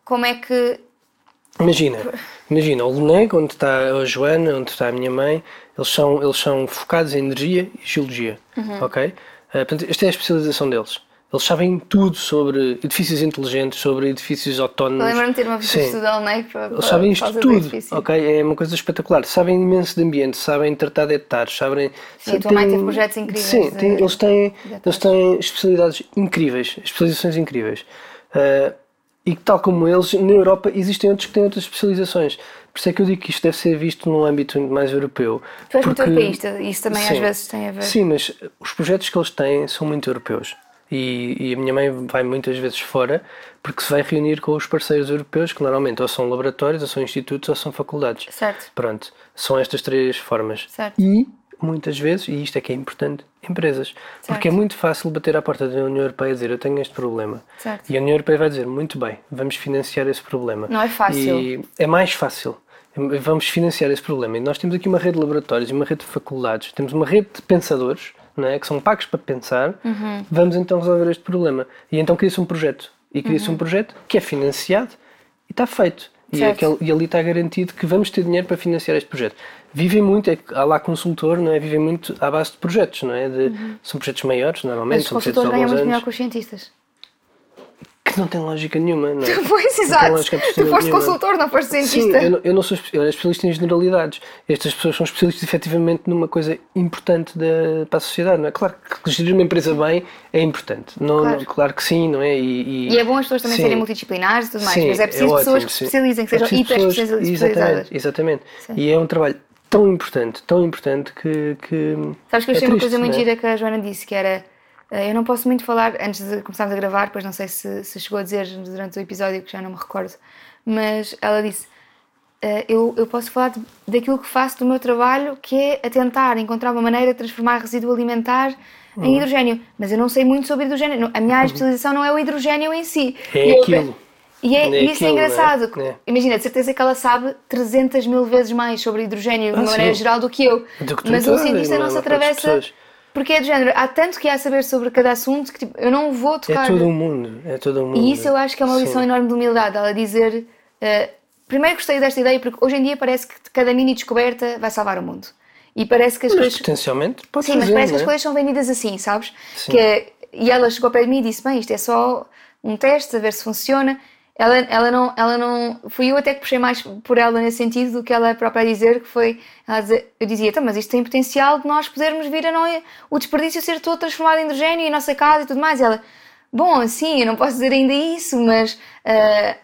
[SPEAKER 1] como é que.
[SPEAKER 2] Imagina, imagina, o Luneg, onde está a Joana, onde está a minha mãe, eles são, eles são focados em energia e geologia,
[SPEAKER 1] Uhum.
[SPEAKER 2] ok? Eh, portanto, esta é a especialização deles. Eles sabem tudo sobre edifícios inteligentes, sobre edifícios
[SPEAKER 1] Eu
[SPEAKER 2] autónomos.
[SPEAKER 1] lembro-me de ter uma
[SPEAKER 2] Sim.
[SPEAKER 1] vista do Alnei para.
[SPEAKER 2] Eles
[SPEAKER 1] para-
[SPEAKER 2] sabem isto
[SPEAKER 1] para o
[SPEAKER 2] tudo,
[SPEAKER 1] edifício.
[SPEAKER 2] ok? É uma coisa espetacular. Sabem imenso de ambiente, sabem tratar de hectares, sabem...
[SPEAKER 1] Sim, a tua mãe teve projetos incríveis
[SPEAKER 2] Sim,
[SPEAKER 1] de-
[SPEAKER 2] tem- eles, têm,
[SPEAKER 1] de hectares.
[SPEAKER 2] eles têm especialidades incríveis, especializações incríveis. Ah, e que, tal como eles, na Europa existem outros que têm outras especializações. Por isso é que eu digo que isto deve ser visto num âmbito mais europeu.
[SPEAKER 1] Tu és muito
[SPEAKER 2] Porque-
[SPEAKER 1] europeísta, isso também às vezes tem a ver.
[SPEAKER 2] Sim, mas eh, os projetos que eles têm são muito europeus. E, e a minha mãe vai muitas vezes fora porque se vai reunir com os parceiros europeus, que normalmente ou são laboratórios, ou são institutos, ou são faculdades.
[SPEAKER 1] Certo.
[SPEAKER 2] Pronto, são estas três formas.
[SPEAKER 1] Certo.
[SPEAKER 2] E muitas vezes, e isto é que é importante, empresas. Porque é muito fácil bater à porta da União Europeia e dizer eu tenho este problema.
[SPEAKER 1] Certo.
[SPEAKER 2] E a União Europeia vai dizer muito bem, vamos financiar esse problema.
[SPEAKER 1] Não é fácil.
[SPEAKER 2] E é mais fácil. Vamos financiar esse problema. E nós temos aqui uma rede de laboratórios e uma rede de faculdades, temos uma rede de pensadores não é, que são pagos para pensar.
[SPEAKER 1] Uhum.
[SPEAKER 2] Vamos então resolver este problema. E então cria-se um projeto. E cria-se um projeto que é financiado e está feito. E,
[SPEAKER 1] Uhum. Certo.
[SPEAKER 2] aquele- e ali está garantido que vamos ter dinheiro para financiar este projeto. Vivem muito, é, que há lá consultor, não é? Vivem muito à base de projetos, não é? De- São projetos maiores, normalmente,
[SPEAKER 1] Uhum. Mas os
[SPEAKER 2] são projetos de
[SPEAKER 1] consultores
[SPEAKER 2] alguns
[SPEAKER 1] ganham
[SPEAKER 2] anos
[SPEAKER 1] muito melhor que os cientistas.
[SPEAKER 2] que não tem lógica nenhuma, não é?
[SPEAKER 1] Pois,
[SPEAKER 2] Não tem
[SPEAKER 1] exato. Tu
[SPEAKER 2] lógica absolutamente
[SPEAKER 1] foste
[SPEAKER 2] nenhuma.
[SPEAKER 1] consultor, não foste
[SPEAKER 2] Sim,
[SPEAKER 1] cientista.
[SPEAKER 2] eu não, eu não sou espe- eu era especialista em generalidades. Estas pessoas são especialistas efetivamente numa coisa importante da, para a sociedade, não é? Claro que gerir uma empresa bem é importante. Não,
[SPEAKER 1] Claro.
[SPEAKER 2] não- claro que sim, não é? E,
[SPEAKER 1] E é bom as pessoas também
[SPEAKER 2] Sim.
[SPEAKER 1] serem multidisciplinares e tudo mais,
[SPEAKER 2] Sim,
[SPEAKER 1] mas é preciso
[SPEAKER 2] ótimo,
[SPEAKER 1] pessoas que se
[SPEAKER 2] sim.
[SPEAKER 1] especializem, que
[SPEAKER 2] É
[SPEAKER 1] sejam
[SPEAKER 2] preciso
[SPEAKER 1] hiper
[SPEAKER 2] pessoas-
[SPEAKER 1] especializadas.
[SPEAKER 2] Exatamente, exatamente.
[SPEAKER 1] Sim.
[SPEAKER 2] E é um trabalho tão importante, tão importante que. que
[SPEAKER 1] Sabes que eu
[SPEAKER 2] é
[SPEAKER 1] achei uma
[SPEAKER 2] triste,
[SPEAKER 1] coisa muito
[SPEAKER 2] não é?
[SPEAKER 1] gira que a Joana disse, que era eh, eu não posso muito falar antes de começarmos a gravar, pois não sei se, se chegou a dizer durante o episódio que já não me recordo, mas ela disse eh, eu, eu posso falar de- daquilo que faço do meu trabalho, que é a tentar encontrar uma maneira de transformar resíduo alimentar em hidrogênio, mas eu não sei muito sobre hidrogênio, Não- a minha especialização não é o hidrogênio em si.
[SPEAKER 2] Uhum. É
[SPEAKER 1] E eu-
[SPEAKER 2] aquilo.
[SPEAKER 1] E é,
[SPEAKER 2] É
[SPEAKER 1] e isso é
[SPEAKER 2] aquilo, não é?
[SPEAKER 1] engraçado. que-
[SPEAKER 2] É.
[SPEAKER 1] Imagina, de certeza que ela sabe 300 mil vezes mais sobre hidrogênio de
[SPEAKER 2] Ah,
[SPEAKER 1] uma maneira
[SPEAKER 2] sim.
[SPEAKER 1] geral do que eu.
[SPEAKER 2] Do que tu
[SPEAKER 1] Mas
[SPEAKER 2] toda,
[SPEAKER 1] um cientista
[SPEAKER 2] não é?
[SPEAKER 1] não se
[SPEAKER 2] Uma parte das
[SPEAKER 1] atravessa
[SPEAKER 2] pessoas.
[SPEAKER 1] porque é do género. Há tanto que há a saber sobre cada assunto que tipo, eu não vou tocar.
[SPEAKER 2] É todo um mundo. É todo um mundo.
[SPEAKER 1] E isso eu acho que é uma lição
[SPEAKER 2] Sim.
[SPEAKER 1] enorme de humildade. Ela dizer: eh, primeiro gostei desta ideia porque hoje em dia parece que cada mini descoberta vai salvar o mundo. E parece que as
[SPEAKER 2] Mas
[SPEAKER 1] coisas.
[SPEAKER 2] potencialmente pode
[SPEAKER 1] Sim, mas
[SPEAKER 2] fazer,
[SPEAKER 1] parece que
[SPEAKER 2] não
[SPEAKER 1] as
[SPEAKER 2] é?
[SPEAKER 1] coisas são vendidas assim, sabes?
[SPEAKER 2] Sim.
[SPEAKER 1] Que, é- e ela chegou para mim e disse: Bem, isto é só um teste, a ver se funciona. Ela, ela não, ela não. Fui eu até que puxei mais por ela nesse sentido do que ela própria a dizer, que foi. Ela dizer, eu dizia: Então, mas isto tem potencial de nós podermos vir a não. o desperdício ser todo transformado em hidrogênio e a nossa casa e tudo mais. E ela: Bom, sim, eu não posso dizer ainda isso, mas. ah,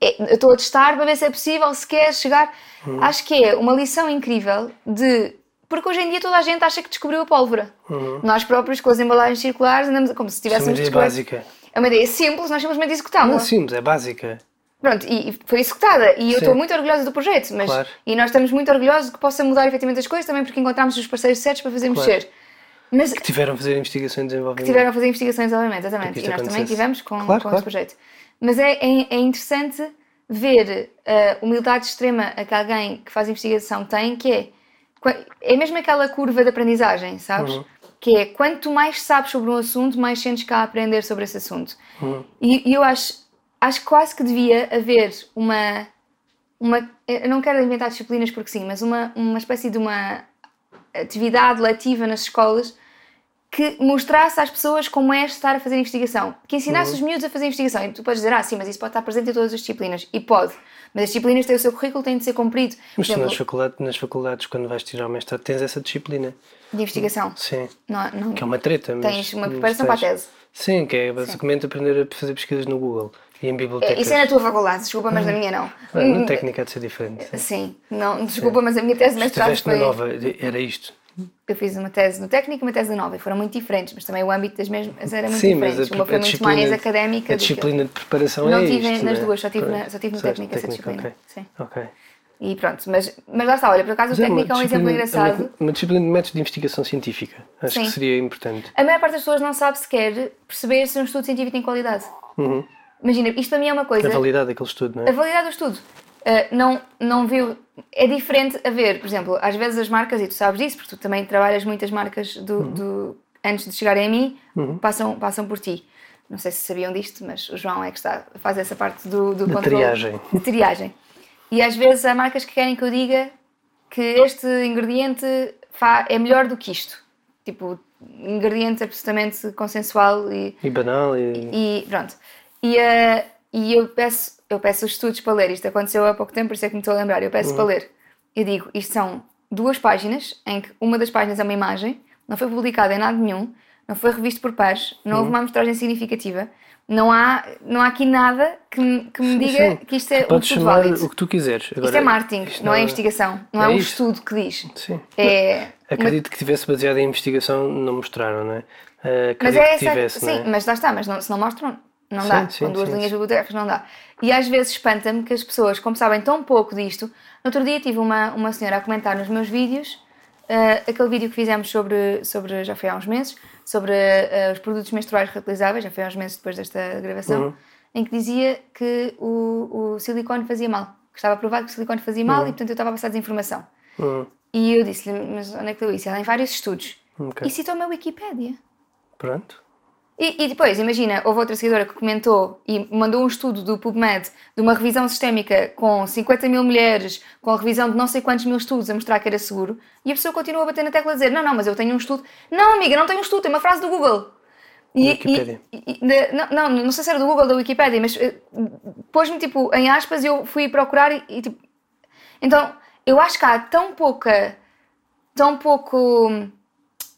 [SPEAKER 1] é- eu estou a testar para ver se é possível, se quer chegar.
[SPEAKER 2] Hum.
[SPEAKER 1] Acho que é uma lição incrível de. Porque hoje em dia toda a gente acha que descobriu a pólvora.
[SPEAKER 2] Hum.
[SPEAKER 1] Nós próprios, com as embalagens circulares, andamos como se
[SPEAKER 2] É uma
[SPEAKER 1] tivéssemos
[SPEAKER 2] ideia
[SPEAKER 1] descoberto.
[SPEAKER 2] básica.
[SPEAKER 1] É uma ideia simples, nós simplesmente
[SPEAKER 2] Não é
[SPEAKER 1] executámos.
[SPEAKER 2] simples, é básica.
[SPEAKER 1] Pronto, e e foi executada. E eu
[SPEAKER 2] Sim.
[SPEAKER 1] estou muito orgulhosa do projeto. Mas,
[SPEAKER 2] Claro.
[SPEAKER 1] E nós estamos muito orgulhosos de que possa mudar efetivamente as coisas também porque encontramos os parceiros certos para fazer
[SPEAKER 2] Claro.
[SPEAKER 1] mexer. Mas
[SPEAKER 2] que tiveram a fazer investigação e desenvolvimento.
[SPEAKER 1] tiveram a fazer investigações, obviamente, exatamente.
[SPEAKER 2] Porque
[SPEAKER 1] E
[SPEAKER 2] isto
[SPEAKER 1] nós também
[SPEAKER 2] acontecesse.
[SPEAKER 1] tivemos com,
[SPEAKER 2] Claro,
[SPEAKER 1] com
[SPEAKER 2] claro.
[SPEAKER 1] esse projeto. Mas é, é, é interessante ver a humildade extrema a que alguém que faz investigação tem, que é. qua- É mesmo aquela curva de aprendizagem, sabes?
[SPEAKER 2] Uhum.
[SPEAKER 1] Que é quanto mais sabes sobre um assunto, mais sentes cá a aprender sobre esse assunto.
[SPEAKER 2] Uhum.
[SPEAKER 1] E, e eu acho, acho que quase que devia haver uma. uma eu não quero inventar disciplinas porque sim, mas uma, uma espécie de uma atividade letiva nas escolas que mostrasse às pessoas como é estar a fazer investigação, que ensinasse
[SPEAKER 2] Uhum.
[SPEAKER 1] os miúdos a fazer investigação. E tu podes dizer, ah, sim, mas isso pode estar presente em todas as disciplinas. E pode. Mas as disciplinas têm o seu currículo, têm de ser cumprido. Por
[SPEAKER 2] Mas tu nas,
[SPEAKER 1] exemplo,
[SPEAKER 2] faculdade, nas faculdades, quando vais tirar o mestrado, tens essa disciplina.
[SPEAKER 1] de investigação.
[SPEAKER 2] Sim.
[SPEAKER 1] Não, não.
[SPEAKER 2] Que é uma treta. Mas,
[SPEAKER 1] Tens uma
[SPEAKER 2] mas
[SPEAKER 1] preparação
[SPEAKER 2] tens.
[SPEAKER 1] para a tese.
[SPEAKER 2] Sim, que é basicamente aprender a fazer pesquisas no Google e em bibliotecas.
[SPEAKER 1] Isso um- é na tua faculdade, desculpa, mas na minha não.
[SPEAKER 2] Ah, Na técnica há de ser diferente.
[SPEAKER 1] Sim, não, desculpa, mas a minha tese de mestrado
[SPEAKER 2] Estiveste na
[SPEAKER 1] foi.
[SPEAKER 2] nova, era isto.
[SPEAKER 1] Eu fiz uma tese no técnico e uma tese na nova e foram muito diferentes, mas também o âmbito das mesmas era muito
[SPEAKER 2] Sim,
[SPEAKER 1] diferente.
[SPEAKER 2] mas a,
[SPEAKER 1] uma foi
[SPEAKER 2] a
[SPEAKER 1] muito
[SPEAKER 2] disciplina,
[SPEAKER 1] mais
[SPEAKER 2] de-
[SPEAKER 1] académica.
[SPEAKER 2] a
[SPEAKER 1] do que outra.
[SPEAKER 2] disciplina de preparação
[SPEAKER 1] Não
[SPEAKER 2] é
[SPEAKER 1] tive
[SPEAKER 2] isto,
[SPEAKER 1] nas
[SPEAKER 2] né?
[SPEAKER 1] duas, só tive na- só tive na
[SPEAKER 2] Só
[SPEAKER 1] técnica essa disciplina, sim.
[SPEAKER 2] Ok. Ok.
[SPEAKER 1] E pronto, mas, mas lá está, olha, por acaso o
[SPEAKER 2] Mas é uma
[SPEAKER 1] técnico é um exemplo
[SPEAKER 2] disciplina-
[SPEAKER 1] engraçado.
[SPEAKER 2] Uma, uma disciplina de métodos de investigação científica. Acho
[SPEAKER 1] Sim.
[SPEAKER 2] que seria importante.
[SPEAKER 1] A maior parte das pessoas não sabe sequer perceber se um estudo científico tem qualidade.
[SPEAKER 2] Uhum.
[SPEAKER 1] Imagina, isto para mim é uma coisa.
[SPEAKER 2] A validade daquele estudo, não
[SPEAKER 1] A
[SPEAKER 2] é?
[SPEAKER 1] validade do estudo. Uh, não, não viu. É diferente a ver, por exemplo, às vezes as marcas, e tu sabes disso, porque tu também trabalhas muitas marcas do, do- antes de chegarem a mim, passam, passam por ti. Não sei se sabiam disto, mas o João é que está, faz essa parte do, do
[SPEAKER 2] Da
[SPEAKER 1] controle-
[SPEAKER 2] triagem.
[SPEAKER 1] De triagem. E às vezes há marcas que querem que eu diga que este ingrediente fa- é melhor do que isto. Tipo, ingrediente absolutamente consensual e
[SPEAKER 2] E banal e.
[SPEAKER 1] e pronto. E, eh, e eu, peço, eu peço os estudos para ler. Isto aconteceu há pouco tempo, por isso é que me estou a lembrar. Eu peço
[SPEAKER 2] Uhum.
[SPEAKER 1] para ler. Eu digo, isto são duas páginas, em que uma das páginas é uma imagem, não foi publicada em nada nenhum, não foi revisto por pares, não
[SPEAKER 2] Uhum.
[SPEAKER 1] houve uma amostragem significativa, não há, não há aqui nada que, me- que me
[SPEAKER 2] Sim,
[SPEAKER 1] diga
[SPEAKER 2] sim.
[SPEAKER 1] que isto é um
[SPEAKER 2] Podes
[SPEAKER 1] estudo
[SPEAKER 2] chamar
[SPEAKER 1] válido.
[SPEAKER 2] o que tu quiseres. Agora,
[SPEAKER 1] Isto é marketing,
[SPEAKER 2] isto
[SPEAKER 1] não é investigação, não é,
[SPEAKER 2] é
[SPEAKER 1] um
[SPEAKER 2] isto.
[SPEAKER 1] estudo que diz.
[SPEAKER 2] Sim.
[SPEAKER 1] É
[SPEAKER 2] Acredito que tivesse baseado em investigação, não mostraram, não é? Ah, Acredito
[SPEAKER 1] Mas é
[SPEAKER 2] que
[SPEAKER 1] essa-
[SPEAKER 2] tivesse,
[SPEAKER 1] sim,
[SPEAKER 2] não é?
[SPEAKER 1] mas lá está, mas não- se não mostram, não
[SPEAKER 2] Sim,
[SPEAKER 1] dá.
[SPEAKER 2] sim,
[SPEAKER 1] Com duas
[SPEAKER 2] sim,
[SPEAKER 1] linhas
[SPEAKER 2] sim.
[SPEAKER 1] bibliotecas não dá. E às vezes espanta-me que as pessoas, como sabem tão pouco disto, no outro dia tive uma, uma senhora a comentar nos meus vídeos, ah, aquele vídeo que fizemos sobre, sobre, já foi há uns meses, sobre ah, os produtos menstruais reutilizáveis, já foi há uns meses depois desta gravação,
[SPEAKER 2] Uhum.
[SPEAKER 1] em que dizia que o, o silicone fazia mal, que estava provado que o silicone fazia mal
[SPEAKER 2] Uhum.
[SPEAKER 1] e portanto eu estava a passar desinformação.
[SPEAKER 2] Hum,
[SPEAKER 1] E eu disse-lhe, mas onde é que deu isso? Ela em vários estudos.
[SPEAKER 2] ok.
[SPEAKER 1] E citou-me a Wikipédia.
[SPEAKER 2] Pronto.
[SPEAKER 1] E, e depois, imagina, houve outra seguidora que comentou e mandou um estudo do PubMed de uma revisão sistémica com 50 mil mulheres, com a revisão de não sei quantos mil estudos a mostrar que era seguro, e a pessoa continua a bater na tecla a dizer: Não, não, mas eu tenho um estudo. Não, amiga, não tenho um estudo, tem uma frase do Google. E,
[SPEAKER 2] Wikipédia.
[SPEAKER 1] e- e- e- da- não, não, não sei se era do Google ou da Wikipédia, mas eh, pôs-me tipo em aspas e eu fui procurar e, e, tipo. Então, eu acho que há tão pouca. tão um pouco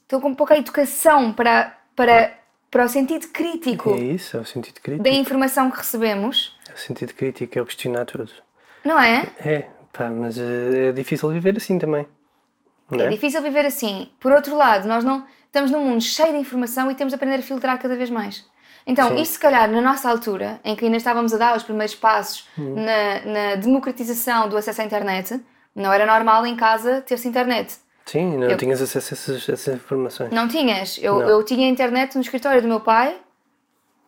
[SPEAKER 1] estou com pouca educação para, para, para o sentido crítico
[SPEAKER 2] É isso, é o sentido crítico.
[SPEAKER 1] da informação que recebemos,
[SPEAKER 2] É o sentido crítico, é o questionar tudo.
[SPEAKER 1] não é?
[SPEAKER 2] É, pá, mas eh, é difícil viver assim também. Não
[SPEAKER 1] É?
[SPEAKER 2] é?
[SPEAKER 1] difícil viver assim. Por outro lado, nós não estamos num mundo cheio de informação e temos de aprender a filtrar cada vez mais. Então,
[SPEAKER 2] Sim.
[SPEAKER 1] isto se calhar na nossa altura, em que ainda estávamos a dar os primeiros passos na, na democratização do acesso à internet, não era normal em casa ter-se internet.
[SPEAKER 2] Sim, não
[SPEAKER 1] Eu-
[SPEAKER 2] tinhas acesso a essas, a essas informações.
[SPEAKER 1] Não tinhas. Eu,
[SPEAKER 2] Não.
[SPEAKER 1] eu tinha internet no escritório do meu pai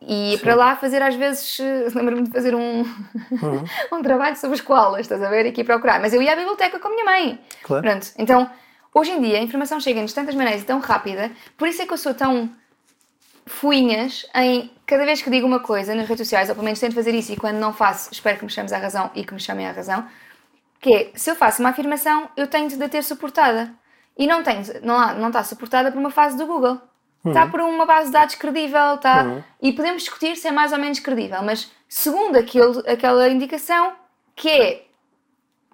[SPEAKER 1] e ia para lá fazer às vezes. eh, Lembro-me de fazer um,
[SPEAKER 2] Uhum.
[SPEAKER 1] um trabalho sobre escolas, estás a ver? E que ia procurar. Mas eu ia à biblioteca com a minha mãe.
[SPEAKER 2] Claro.
[SPEAKER 1] Pronto. Então, hoje em dia a informação chega-nos de tantas maneiras e tão rápida, por isso é que eu sou tão fuinhas em cada vez que digo uma coisa nas redes sociais, ou pelo menos tento fazer isso e quando não faço, espero que me chames à razão e que me chamem à razão, que é, se eu faço uma afirmação, eu tenho de a ter suportada. E não tenho, não, há- não está suportada por uma fase do Google. Está por uma base de dados credível, está... E podemos discutir se é mais ou menos credível, mas segundo aquele, aquela indicação, que é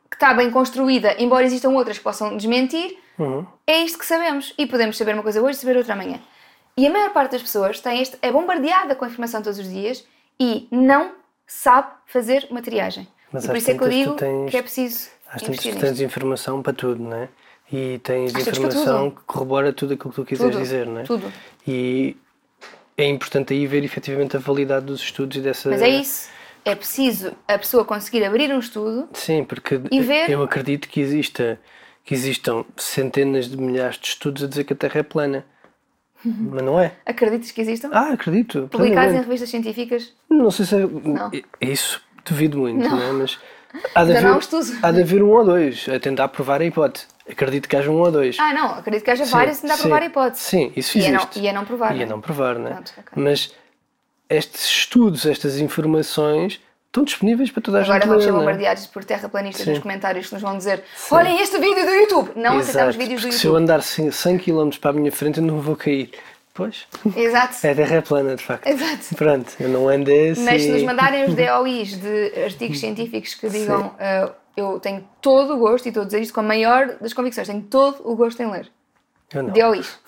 [SPEAKER 1] que está bem construída, embora existam outras que possam desmentir,
[SPEAKER 2] Uhum.
[SPEAKER 1] é isto que sabemos. E podemos saber uma coisa hoje e saber outra amanhã. E a maior parte das pessoas tem este, é bombardeada com a informação todos os dias e não sabe fazer uma triagem.
[SPEAKER 2] Mas
[SPEAKER 1] e por
[SPEAKER 2] às
[SPEAKER 1] isso é que eu
[SPEAKER 2] tantas tu
[SPEAKER 1] digo
[SPEAKER 2] tens-
[SPEAKER 1] que é preciso
[SPEAKER 2] Às tantas
[SPEAKER 1] investir
[SPEAKER 2] tu
[SPEAKER 1] nisto.
[SPEAKER 2] tens informação para tudo, não é? E tens
[SPEAKER 1] Às tantas para
[SPEAKER 2] informação
[SPEAKER 1] é tudo.
[SPEAKER 2] que corrobora tudo aquilo que tu quiseres
[SPEAKER 1] Tudo,
[SPEAKER 2] dizer, não é?
[SPEAKER 1] tudo.
[SPEAKER 2] E é importante aí ver efetivamente a validade dos estudos e dessa.
[SPEAKER 1] Mas é isso. É preciso a pessoa conseguir abrir um estudo.
[SPEAKER 2] Sim, porque
[SPEAKER 1] E ver-
[SPEAKER 2] eu acredito que exista que existam centenas de milhares de estudos a dizer que a Terra é plana.
[SPEAKER 1] Uhum.
[SPEAKER 2] Mas não é.
[SPEAKER 1] Acreditas que existam?
[SPEAKER 2] Ah, acredito.
[SPEAKER 1] Publicados em
[SPEAKER 2] plenamente.
[SPEAKER 1] revistas científicadas?
[SPEAKER 2] Não sei se é.
[SPEAKER 1] Não.
[SPEAKER 2] Isso duvido muito, não, é? Mas há de,
[SPEAKER 1] Já não há
[SPEAKER 2] haver,
[SPEAKER 1] um estudo.
[SPEAKER 2] há de haver um ou dois a tentar provar a hipótese. Acredito que haja um ou dois.
[SPEAKER 1] Ah, não. Acredito que haja vários ainda a
[SPEAKER 2] sim,
[SPEAKER 1] provar a hipótese.
[SPEAKER 2] Sim, isso
[SPEAKER 1] E a não-
[SPEAKER 2] existe.
[SPEAKER 1] e a não provar,
[SPEAKER 2] E
[SPEAKER 1] não é?
[SPEAKER 2] a não provar, né?
[SPEAKER 1] Pronto, ok.
[SPEAKER 2] Mas estes estudos, estas informações estão disponíveis para toda a
[SPEAKER 1] Agora
[SPEAKER 2] gente.
[SPEAKER 1] vamos ser
[SPEAKER 2] ler, não é?
[SPEAKER 1] bombardeados por terraplanistas
[SPEAKER 2] Sim.
[SPEAKER 1] nos comentários que nos vão dizer Olhem este vídeo do YouTube! Não aceitamos
[SPEAKER 2] Exato,
[SPEAKER 1] vídeos do
[SPEAKER 2] porque se eu
[SPEAKER 1] YouTube.
[SPEAKER 2] andar 100 100 km para a minha frente eu não vou cair. Pois,
[SPEAKER 1] Exato.
[SPEAKER 2] é a terra é plana de facto.
[SPEAKER 1] Exato.
[SPEAKER 2] Pronto, eu não ando assim.
[SPEAKER 1] Mas se nos mandarem os DOIs de artigos científicos que digam "Ah, eu tenho todo o gosto, e estou a dizer isto com a maior das convicções, tenho todo o gosto em ler.
[SPEAKER 2] Eu não.
[SPEAKER 1] DOIs.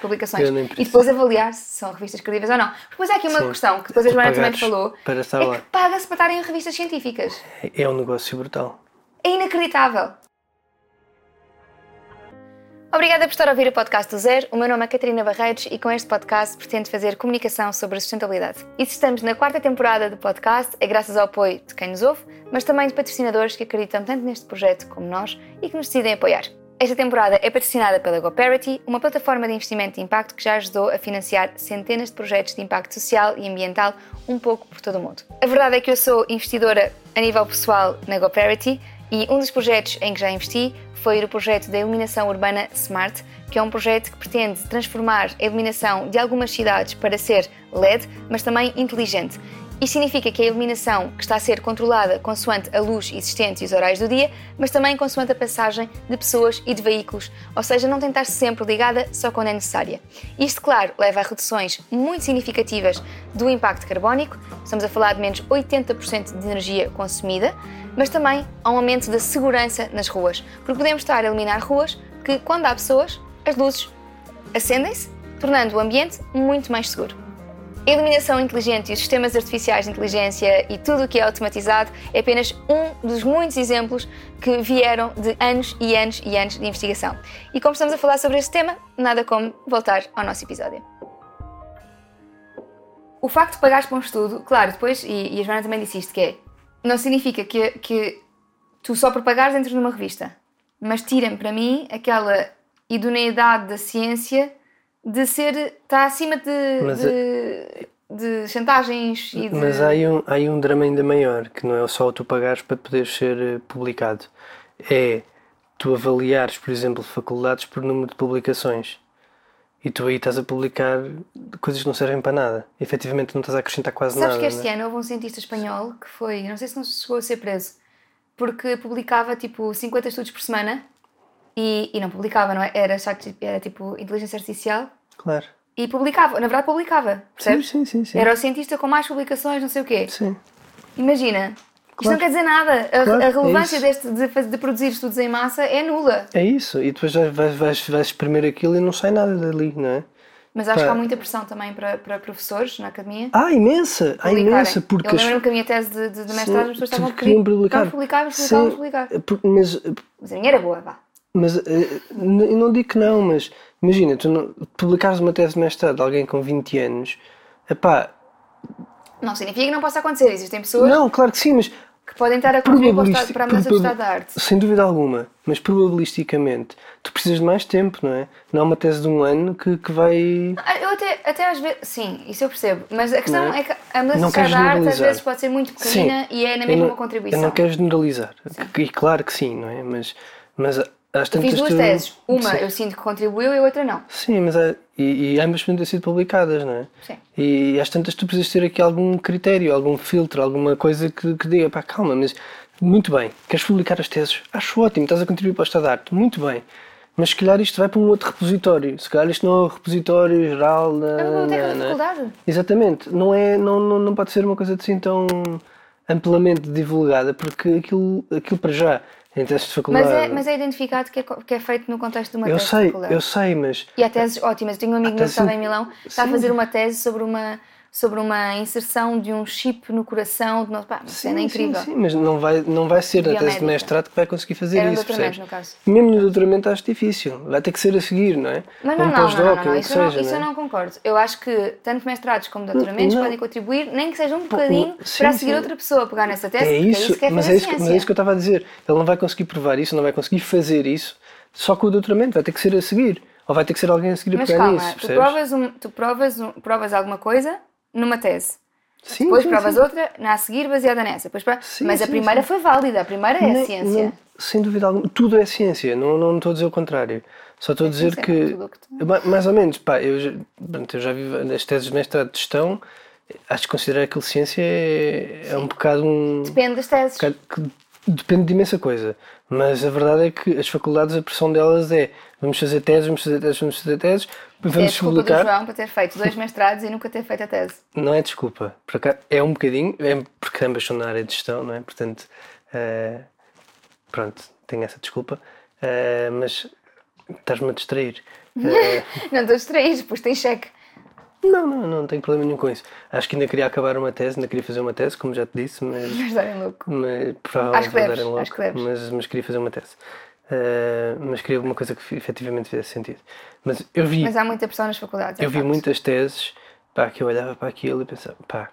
[SPEAKER 1] publicações.
[SPEAKER 2] Grande impressão.
[SPEAKER 1] E depois avaliar se são revistas credíveis ou não. Depois há aqui uma
[SPEAKER 2] Sim.
[SPEAKER 1] questão que depois a
[SPEAKER 2] E
[SPEAKER 1] Joana também
[SPEAKER 2] pagares
[SPEAKER 1] falou.
[SPEAKER 2] para estar
[SPEAKER 1] é
[SPEAKER 2] lá.
[SPEAKER 1] que paga-se para estarem em revistas científicas.
[SPEAKER 2] É um negócio brutal.
[SPEAKER 1] É inacreditável. Obrigada por estar a ouvir o podcast do Zero. O meu nome é Catarina Barreiros e com este podcast pretendo fazer comunicação sobre a sustentabilidade. E se estamos na quarta temporada do podcast, é graças ao apoio de quem nos ouve, mas também de patrocinadores que acreditam tanto neste projeto como nós e que nos decidem apoiar. Esta temporada é patrocinada pela GoParity, uma plataforma de investimento de impacto que já ajudou a financiar centenas de projetos de impacto social e ambiental um pouco por todo o mundo. A verdade é que eu sou investidora a nível pessoal na GoParity e um dos projetos em que já investi foi o projeto da iluminação urbana Smart, que é um projeto que pretende transformar a iluminação de algumas cidades para ser LED, mas também inteligente. Isto significa que a iluminação que está a ser controlada consoante a luz existente e os horários do dia, mas também consoante a passagem de pessoas e de veículos, ou seja, não tentar sempre ligada só quando é necessária. Isto, claro, leva a reduções muito significativas do impacto carbónico, estamos a falar de menos 80% de energia consumida, mas também há um aumento da segurança nas ruas, porque podemos estar a eliminar ruas que, quando há pessoas, as luzes acendem-se, tornando o ambiente muito mais seguro. A iluminação inteligente e os sistemas artificiais de inteligência e tudo o que é automatizado é apenas um dos muitos exemplos que vieram de anos e anos e anos de investigação. E como estamos a falar sobre este tema, nada como voltar ao nosso episódio. O facto de pagares para um estudo, claro, depois, e, e a Joana também disse isto, que é, não significa que, que tu só por pagares entres numa revista, mas tirem para mim aquela idoneidade da ciência de ser, está acima de,
[SPEAKER 2] Mas é-
[SPEAKER 1] de, de chantagens e de...
[SPEAKER 2] Mas há aí, um, há aí um drama ainda maior, que não é só o tu pagares para poder ser eh, publicado. É tu avaliares, por exemplo, faculdades por número de publicações. E tu aí estás a publicar coisas que não servem para nada. Efetivamente não estás a acrescentar quase
[SPEAKER 1] Sabes
[SPEAKER 2] nada.
[SPEAKER 1] que este
[SPEAKER 2] né?
[SPEAKER 1] ano houve um cientista espanhol que foi, não sei se não chegou a ser preso, porque publicava tipo 50 estudos por semana e, e não publicava, não é? Era, chat- era tipo inteligência artificial
[SPEAKER 2] Claro.
[SPEAKER 1] e publicava, na verdade publicava,
[SPEAKER 2] Sim,
[SPEAKER 1] percebes?
[SPEAKER 2] sim, sim. sim.
[SPEAKER 1] Era o cientista com mais publicações, não sei o quê.
[SPEAKER 2] Sim.
[SPEAKER 1] Imagina, isto não
[SPEAKER 2] Claro.
[SPEAKER 1] quer dizer nada. A,
[SPEAKER 2] Claro,
[SPEAKER 1] a
[SPEAKER 2] é
[SPEAKER 1] relevância
[SPEAKER 2] isso.
[SPEAKER 1] deste, de, faz- de produzir estudos em massa é nula.
[SPEAKER 2] É isso. E depois vais, vais, vais, vais exprimir aquilo e não sai nada dali, não é?
[SPEAKER 1] Mas acho que há
[SPEAKER 2] Pá.
[SPEAKER 1] muita pressão também para, para professores na academia.
[SPEAKER 2] Há Ah, imensa! Há
[SPEAKER 1] publicarem.
[SPEAKER 2] é imensa! Porque
[SPEAKER 1] Eu
[SPEAKER 2] as-
[SPEAKER 1] lembro-me que a minha tese de, de, de mestrado as pessoas estavam a
[SPEAKER 2] queriam
[SPEAKER 1] querer
[SPEAKER 2] publicar.
[SPEAKER 1] Estavam a publicar, mas publicavam,
[SPEAKER 2] Sim,
[SPEAKER 1] publicar.
[SPEAKER 2] porque- mas,
[SPEAKER 1] Mas a minha era boa, vá.
[SPEAKER 2] mas eh, n- eu não digo que não, mas imagina, tu não, publicares uma tese de mestrado de alguém com 20 anos, epá,
[SPEAKER 1] Não significa que não possa acontecer. Existem pessoas
[SPEAKER 2] não, claro que sim, mas
[SPEAKER 1] que podem estar a contribuir para o estado-
[SPEAKER 2] probabilisticamente.
[SPEAKER 1] para a mudança do estado da arte.
[SPEAKER 2] Sem dúvida alguma, mas probabilisticamente tu precisas de mais tempo, não é? Não é uma tese de um ano que, que vai.
[SPEAKER 1] Ah, Eu até, até às vezes. Sim, isso eu percebo. Mas a questão
[SPEAKER 2] Não é?
[SPEAKER 1] é que a mudança do
[SPEAKER 2] Não
[SPEAKER 1] estado
[SPEAKER 2] quero
[SPEAKER 1] da arte às
[SPEAKER 2] generalizar.
[SPEAKER 1] vezes pode ser muito pequenina e é na
[SPEAKER 2] eu
[SPEAKER 1] mesma
[SPEAKER 2] não-
[SPEAKER 1] uma contribuição.
[SPEAKER 2] Eu não quero generalizar. E claro que sim, não é? Mas, mas às
[SPEAKER 1] Eu
[SPEAKER 2] tantas.
[SPEAKER 1] Fiz duas
[SPEAKER 2] tu-
[SPEAKER 1] teses. Uma
[SPEAKER 2] Sim.
[SPEAKER 1] eu sinto que contribuiu e a outra não.
[SPEAKER 2] Sim, mas há- e, e ambas podem ter sido publicadas, não é?
[SPEAKER 1] Sim.
[SPEAKER 2] E às tantas tu precisas ter aqui algum critério, algum filtro, alguma coisa que, que diga, pá, calma, mas muito bem, queres publicar as teses? Acho ótimo, estás a contribuir para o estado de arte, muito bem. Mas se calhar isto vai para um outro repositório, se calhar isto não é o repositório geral da...
[SPEAKER 1] É uma biblioteca
[SPEAKER 2] da-
[SPEAKER 1] da
[SPEAKER 2] não é?
[SPEAKER 1] faculdade.
[SPEAKER 2] Exatamente, não, é, não, não, não pode ser uma coisa assim tão amplamente divulgada, porque aquilo, aquilo para já, em testes de faculdade...
[SPEAKER 1] Mas é, mas é identificado que é, co- que é feito no contexto de uma
[SPEAKER 2] eu
[SPEAKER 1] tese de
[SPEAKER 2] sei,
[SPEAKER 1] faculdade.
[SPEAKER 2] eu sei, mas...
[SPEAKER 1] E há teses ótimas. Eu tenho um amigo meu que
[SPEAKER 2] tese-
[SPEAKER 1] estava em Milão, está a
[SPEAKER 2] Sim.
[SPEAKER 1] fazer uma tese sobre uma, sobre uma inserção de um chip no coração. De nosso... Pá, uma cena incrível.
[SPEAKER 2] Sim, mas não vai, não vai ser na tese de
[SPEAKER 1] Biomédica.
[SPEAKER 2] mestrado que vai conseguir fazer
[SPEAKER 1] Era um
[SPEAKER 2] isso,
[SPEAKER 1] doutoramento,
[SPEAKER 2] percebes?
[SPEAKER 1] no caso.
[SPEAKER 2] Mesmo no doutoramento acho difícil. Vai ter que ser a seguir, não é?
[SPEAKER 1] Mas não,
[SPEAKER 2] um
[SPEAKER 1] não, não, não,
[SPEAKER 2] pós-doc,
[SPEAKER 1] não,
[SPEAKER 2] ou o que
[SPEAKER 1] Isso, eu não
[SPEAKER 2] seja,
[SPEAKER 1] isso eu
[SPEAKER 2] é?
[SPEAKER 1] não concordo. Eu acho que tanto mestrados como doutoramentos
[SPEAKER 2] Não.
[SPEAKER 1] podem contribuir, nem que seja um bocadinho,
[SPEAKER 2] sim,
[SPEAKER 1] para seguir
[SPEAKER 2] sim.
[SPEAKER 1] outra pessoa a pegar nessa tese,
[SPEAKER 2] É
[SPEAKER 1] porque
[SPEAKER 2] isso,
[SPEAKER 1] que é
[SPEAKER 2] mas,
[SPEAKER 1] fazer
[SPEAKER 2] é isso que, mas
[SPEAKER 1] ciência.
[SPEAKER 2] é isso que eu estava a dizer. Ele não vai conseguir provar isso, não vai conseguir fazer isso só com o doutoramento. Vai ter que ser a seguir. Ou vai ter que ser alguém a seguir
[SPEAKER 1] Mas
[SPEAKER 2] a pegar
[SPEAKER 1] calma,
[SPEAKER 2] nisso,
[SPEAKER 1] tu,
[SPEAKER 2] percebes?
[SPEAKER 1] provas, um- tu provas, um- provas alguma coisa numa tese.
[SPEAKER 2] sim,
[SPEAKER 1] Depois
[SPEAKER 2] sim,
[SPEAKER 1] provas
[SPEAKER 2] sim.
[SPEAKER 1] outra, na a seguir, baseada nessa. Depois pro-
[SPEAKER 2] Sim,
[SPEAKER 1] mas a
[SPEAKER 2] sim,
[SPEAKER 1] primeira foi válida, a primeira é
[SPEAKER 2] Nem-
[SPEAKER 1] a ciência.
[SPEAKER 2] nem- sem dúvida alguma. Tudo é ciência, não, não estou a dizer o contrário. Só estou a dizer
[SPEAKER 1] ciência,
[SPEAKER 2] que.
[SPEAKER 1] é, tudo o que
[SPEAKER 2] Ma- Mais ou menos, pá, eu já, pronto, eu já vi as teses de mestrado de gestão, acho que considerar aquilo ciência é, é um bocado um.
[SPEAKER 1] Depende das teses.
[SPEAKER 2] bocado que depende de imensa coisa. Mas a verdade é que as faculdades, a pressão delas é vamos fazer teses, vamos fazer teses, vamos fazer teses,
[SPEAKER 1] É a
[SPEAKER 2] vamos
[SPEAKER 1] desculpa do
[SPEAKER 2] um publicar.
[SPEAKER 1] João para ter feito dois mestrados e nunca ter feito a tese.
[SPEAKER 2] Não é desculpa. Por acaso, é um bocadinho, é porque ambas são na área de gestão, não é? Portanto, eh, pronto, tenho essa desculpa. eh, mas estás-me a distrair. Eh,
[SPEAKER 1] Não estou distraídos, pois tem cheque.
[SPEAKER 2] não, não, não tenho problema nenhum com isso. Acho que ainda queria acabar uma tese, ainda queria fazer uma tese, como já te disse, mas
[SPEAKER 1] Mas darem louco.
[SPEAKER 2] Mas,
[SPEAKER 1] Acho
[SPEAKER 2] provavelmente
[SPEAKER 1] que deves,
[SPEAKER 2] mandarem logo,
[SPEAKER 1] acho que deves.
[SPEAKER 2] Mas, mas queria fazer uma tese. Ah, mas queria alguma coisa que fi- efetivamente fizesse sentido. Mas eu vi,
[SPEAKER 1] Mas há muita pressão nas faculdades. é
[SPEAKER 2] eu vi
[SPEAKER 1] facto.
[SPEAKER 2] muitas teses pá, que eu olhava para aquilo e pensava: pá,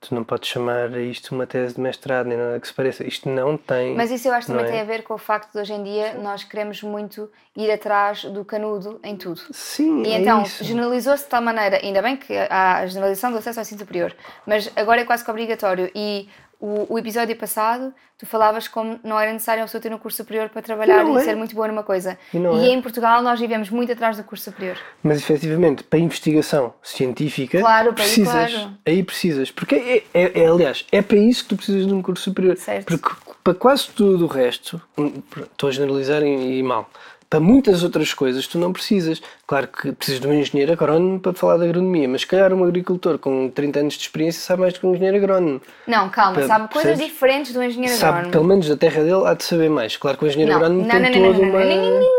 [SPEAKER 2] tu não podes chamar isto uma tese de mestrado nem nada que se pareça. Isto não tem.
[SPEAKER 1] Mas isso eu acho que também
[SPEAKER 2] não é?
[SPEAKER 1] tem a ver com o facto de hoje em dia nós queremos muito ir atrás do canudo em tudo.
[SPEAKER 2] Sim,
[SPEAKER 1] E
[SPEAKER 2] é
[SPEAKER 1] então,
[SPEAKER 2] isso.
[SPEAKER 1] generalizou-se de tal maneira, ainda bem que há a generalização do acesso ao ensino superior, mas agora é quase que obrigatório. E o, o episódio passado, tu falavas como não era necessário a pessoa ter um curso superior para trabalhar
[SPEAKER 2] não
[SPEAKER 1] e
[SPEAKER 2] é.
[SPEAKER 1] ser muito boa numa coisa.
[SPEAKER 2] E não é.
[SPEAKER 1] em Portugal nós vivemos muito atrás do curso superior.
[SPEAKER 2] Mas efetivamente, para investigação científica,
[SPEAKER 1] Claro, para aí,
[SPEAKER 2] precisas.
[SPEAKER 1] claro.
[SPEAKER 2] aí precisas. Porque, é, é- é, aliás, é para isso que tu precisas de um curso superior.
[SPEAKER 1] Certo.
[SPEAKER 2] Porque para quase tudo o resto, hum, estou a generalizar e, e mal, para muitas outras coisas tu não precisas. Claro que precisas de um engenheiro agrónomo para falar de agronomia, mas se calhar um agricultor com 30 anos de experiência sabe mais do que um engenheiro agrónomo.
[SPEAKER 1] Não, calma,
[SPEAKER 2] Pe-
[SPEAKER 1] sabe coisas
[SPEAKER 2] percebes?
[SPEAKER 1] diferentes do engenheiro
[SPEAKER 2] Sabe,
[SPEAKER 1] agrónomo.
[SPEAKER 2] pelo menos da terra dele, há de saber mais. Claro que o engenheiro
[SPEAKER 1] Não,
[SPEAKER 2] agrónomo
[SPEAKER 1] não,
[SPEAKER 2] tem
[SPEAKER 1] não, não,
[SPEAKER 2] toda
[SPEAKER 1] não, não,
[SPEAKER 2] uma.
[SPEAKER 1] não, não, não,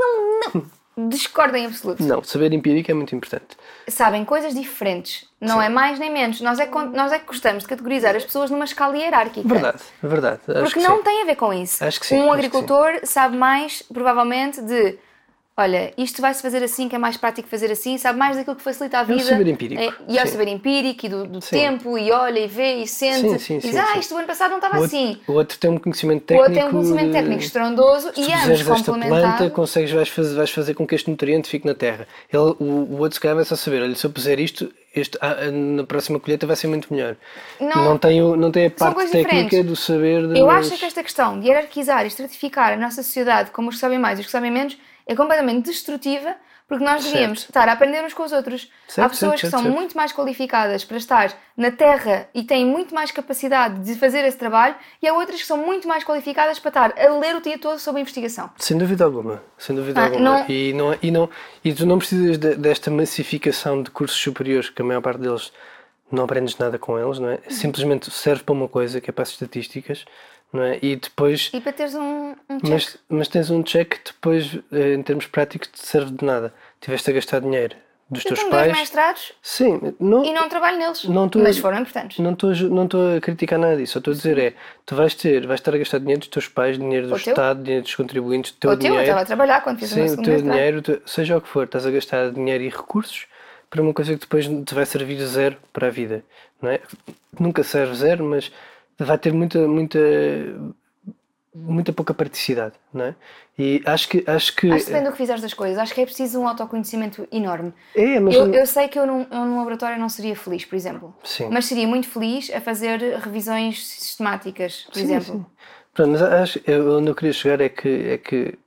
[SPEAKER 1] não. Discordo em absoluto.
[SPEAKER 2] Não, saber empírico é muito importante.
[SPEAKER 1] sabem coisas diferentes, não é mais nem menos. Nós é, que con- nós é que gostamos de categorizar as pessoas numa escala hierárquica.
[SPEAKER 2] Verdade, verdade. Acho
[SPEAKER 1] Porque
[SPEAKER 2] que
[SPEAKER 1] não
[SPEAKER 2] sim.
[SPEAKER 1] tem a ver com isso.
[SPEAKER 2] Acho que sim, acho
[SPEAKER 1] um
[SPEAKER 2] que
[SPEAKER 1] agricultor sabe mais, provavelmente, de olha, isto vai-se fazer assim, que é mais prático fazer assim, sabe mais daquilo que facilita a
[SPEAKER 2] o
[SPEAKER 1] vida.
[SPEAKER 2] saber empírico,
[SPEAKER 1] É, E é o
[SPEAKER 2] sim.
[SPEAKER 1] saber empírico e do, do
[SPEAKER 2] Sim.
[SPEAKER 1] tempo, e olha, e vê, e sente.
[SPEAKER 2] Sim, sim,
[SPEAKER 1] e diz,
[SPEAKER 2] sim,
[SPEAKER 1] ah,
[SPEAKER 2] sim.
[SPEAKER 1] isto o ano passado não estava
[SPEAKER 2] O outro-
[SPEAKER 1] assim.
[SPEAKER 2] O outro tem um conhecimento
[SPEAKER 1] O
[SPEAKER 2] técnico.
[SPEAKER 1] outro tem um conhecimento
[SPEAKER 2] de-
[SPEAKER 1] técnico estrondoso
[SPEAKER 2] Se
[SPEAKER 1] e
[SPEAKER 2] tu
[SPEAKER 1] ambos
[SPEAKER 2] fizeres esta planta,
[SPEAKER 1] complementar.
[SPEAKER 2] consegues, vais, fazer, vais fazer com que este nutriente fique na terra. Ele, o, o outro, se calhar, vai só saber: olha, se eu puser isto, este, ah, ah, na próxima colheita vai ser muito melhor.
[SPEAKER 1] Não.
[SPEAKER 2] não, tem, o- não tem a parte
[SPEAKER 1] coisas
[SPEAKER 2] técnica
[SPEAKER 1] diferentes.
[SPEAKER 2] do saber. De,
[SPEAKER 1] Eu acho é que esta questão de hierarquizar e estratificar a nossa sociedade como os que sabem mais e os que sabem menos é completamente destrutiva porque nós devíamos
[SPEAKER 2] Certo.
[SPEAKER 1] estar a aprender uns com os outros.
[SPEAKER 2] Certo,
[SPEAKER 1] Há pessoas
[SPEAKER 2] certo,
[SPEAKER 1] que
[SPEAKER 2] certo,
[SPEAKER 1] são
[SPEAKER 2] certo.
[SPEAKER 1] muito mais qualificadas para estar na terra e têm muito mais capacidade de fazer esse trabalho e há outras que são muito mais qualificadas para estar a ler o dia todo sobre a investigação.
[SPEAKER 2] Sem dúvida alguma, sem dúvida
[SPEAKER 1] Ah,
[SPEAKER 2] alguma.
[SPEAKER 1] não-
[SPEAKER 2] E, não, e, não, e tu não precisas de- desta massificação de cursos superiores, que a maior parte deles não aprendes nada com eles, não é?
[SPEAKER 1] Uhum.
[SPEAKER 2] Simplesmente serve para uma coisa, que é para as estatísticas, não é? E depois
[SPEAKER 1] E para teres um, um check.
[SPEAKER 2] Mas, mas tens um cheque que depois, eh, em termos práticos, te serve de nada. Tiveste a gastar dinheiro dos
[SPEAKER 1] Eu
[SPEAKER 2] teus
[SPEAKER 1] tenho dois
[SPEAKER 2] pais.
[SPEAKER 1] mestrados
[SPEAKER 2] Sim, não
[SPEAKER 1] e não trabalho neles,
[SPEAKER 2] Não estou-
[SPEAKER 1] mas foram importantes.
[SPEAKER 2] não estou a ju- não estou a criticar nada disso. Só estou a dizer é, tu vais ter, vais estar a gastar dinheiro dos teus pais, dinheiro do
[SPEAKER 1] Ou teu.
[SPEAKER 2] Estado, dinheiro dos contribuintes, do teu
[SPEAKER 1] Ou teu, eu
[SPEAKER 2] dinheiro.
[SPEAKER 1] estava a trabalhar quando fiz o
[SPEAKER 2] Sim,
[SPEAKER 1] meu
[SPEAKER 2] o
[SPEAKER 1] segundo
[SPEAKER 2] teu
[SPEAKER 1] mestrado.
[SPEAKER 2] dinheiro, o teu- seja o que for, estás a gastar dinheiro e recursos para uma coisa que depois te vai servir zero para a vida, não é? Nunca serve zero, mas vai ter muita, muita, muita pouca praticidade, não é? E acho que, acho que,
[SPEAKER 1] Acho que depende do que fizeres das coisas. Acho que é preciso um autoconhecimento enorme.
[SPEAKER 2] é, mas
[SPEAKER 1] Eu, eu sei que eu num, eu num laboratório não seria feliz, por exemplo.
[SPEAKER 2] Sim.
[SPEAKER 1] Mas seria muito feliz a fazer revisões sistemáticas, por
[SPEAKER 2] Sim,
[SPEAKER 1] exemplo.
[SPEAKER 2] sim. Pronto, mas acho, eu, onde eu queria chegar é que, é que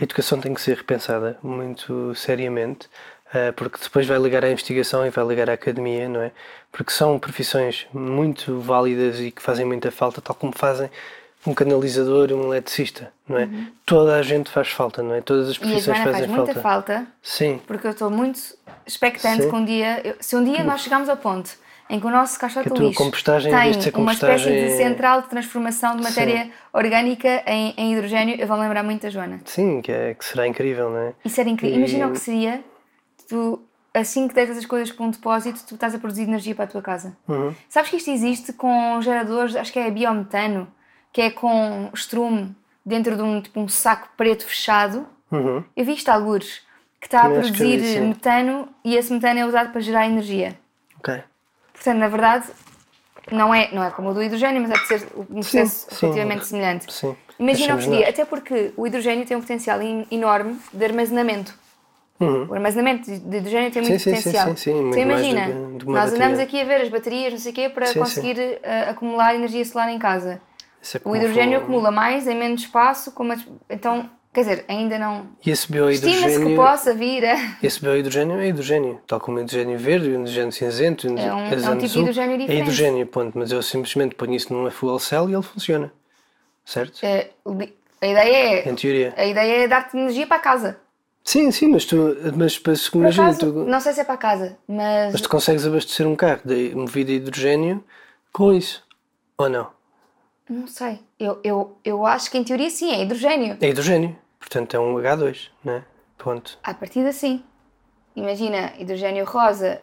[SPEAKER 2] a educação tem que ser repensada muito seriamente, eh, porque depois vai ligar à investigação e vai ligar à academia, não é? Porque são profissões muito válidas e que fazem muita falta, tal como fazem um canalizador e um eletricista, não é? Toda a gente faz falta, não é? Todas as
[SPEAKER 1] Uhum. E a
[SPEAKER 2] profissões
[SPEAKER 1] Joana faz
[SPEAKER 2] fazem
[SPEAKER 1] muita
[SPEAKER 2] falta.
[SPEAKER 1] falta.
[SPEAKER 2] Sim,
[SPEAKER 1] porque eu estou muito expectante
[SPEAKER 2] Sim.
[SPEAKER 1] que um dia, eu- se um dia nós chegarmos ao ponto em que o nosso caixote
[SPEAKER 2] Que a
[SPEAKER 1] de
[SPEAKER 2] tua
[SPEAKER 1] lixo
[SPEAKER 2] compostagem, em
[SPEAKER 1] tem
[SPEAKER 2] vez de ser
[SPEAKER 1] uma espécie de
[SPEAKER 2] compostagem-
[SPEAKER 1] central de transformação de matéria orgânica em, em hidrogênio, eu vou lembrar muito da Joana.
[SPEAKER 2] sim, que, é, que será incrível, não é?
[SPEAKER 1] Isso era incrível. Imagina
[SPEAKER 2] E-
[SPEAKER 1] o que seria tu, assim que deitas as coisas para um depósito, tu estás a produzir energia para a tua casa.
[SPEAKER 2] Uhum.
[SPEAKER 1] Sabes que isto existe com geradores, acho que é biometano, que é com estrume dentro de um, tipo, um saco preto fechado.
[SPEAKER 2] Uhum.
[SPEAKER 1] Eu vi isto a algures, que está a
[SPEAKER 2] Também acho que eu vi,
[SPEAKER 1] produzir
[SPEAKER 2] sim.
[SPEAKER 1] metano e esse metano é usado para gerar energia.
[SPEAKER 2] Ok.
[SPEAKER 1] Portanto, na verdade, não é, não é como o do hidrogênio, mas é de ser um processo
[SPEAKER 2] sim.
[SPEAKER 1] relativamente semelhante.
[SPEAKER 2] Sim.
[SPEAKER 1] Imagina o
[SPEAKER 2] Achamos
[SPEAKER 1] que seria,
[SPEAKER 2] nós.
[SPEAKER 1] até porque o hidrogênio tem um potencial en- enorme de armazenamento.
[SPEAKER 2] Uhum.
[SPEAKER 1] O armazenamento de de hidrogênio tem
[SPEAKER 2] Sim,
[SPEAKER 1] muito
[SPEAKER 2] sim, sim,
[SPEAKER 1] potencial.
[SPEAKER 2] sim, sim, muito
[SPEAKER 1] então
[SPEAKER 2] mais do
[SPEAKER 1] imagina,
[SPEAKER 2] que- um- do que uma
[SPEAKER 1] nós
[SPEAKER 2] bateria.
[SPEAKER 1] andamos aqui a ver as baterias, não sei o quê, para
[SPEAKER 2] Sim, sim.
[SPEAKER 1] conseguir eh, acumular energia solar em casa.
[SPEAKER 2] Isso é
[SPEAKER 1] O
[SPEAKER 2] como
[SPEAKER 1] hidrogênio
[SPEAKER 2] falou.
[SPEAKER 1] acumula mais em menos espaço, com mais... então, quer dizer, ainda não.
[SPEAKER 2] E esse biohidrogênio...
[SPEAKER 1] Estima-se que possa vir a.
[SPEAKER 2] Esse biohidrogênio é hidrogênio, tal como o hidrogênio verde, o hidrogênio cinzento, o
[SPEAKER 1] É um- é um
[SPEAKER 2] hidrogênio
[SPEAKER 1] tipo de
[SPEAKER 2] azul,
[SPEAKER 1] hidrogênio
[SPEAKER 2] É
[SPEAKER 1] diferente.
[SPEAKER 2] hidrogênio, ponto. Mas eu simplesmente ponho isso numa fuel cell e ele funciona. Certo?
[SPEAKER 1] eh, li- A ideia
[SPEAKER 2] Em
[SPEAKER 1] é.
[SPEAKER 2] teoria.
[SPEAKER 1] A ideia é dar-te energia para a casa.
[SPEAKER 2] Sim, sim, mas tu, mas, mas
[SPEAKER 1] Para
[SPEAKER 2] imagina,
[SPEAKER 1] casa
[SPEAKER 2] tu,
[SPEAKER 1] Não sei se é para a casa, mas.
[SPEAKER 2] mas tu consegues abastecer um carro de, movido a hidrogênio com isso. Ou não?
[SPEAKER 1] Não sei. Eu, eu, eu acho que em teoria sim, é hidrogênio.
[SPEAKER 2] É hidrogênio. Portanto, é um H2, não é? Ponto.
[SPEAKER 1] À partida, sim. Imagina, hidrogênio rosa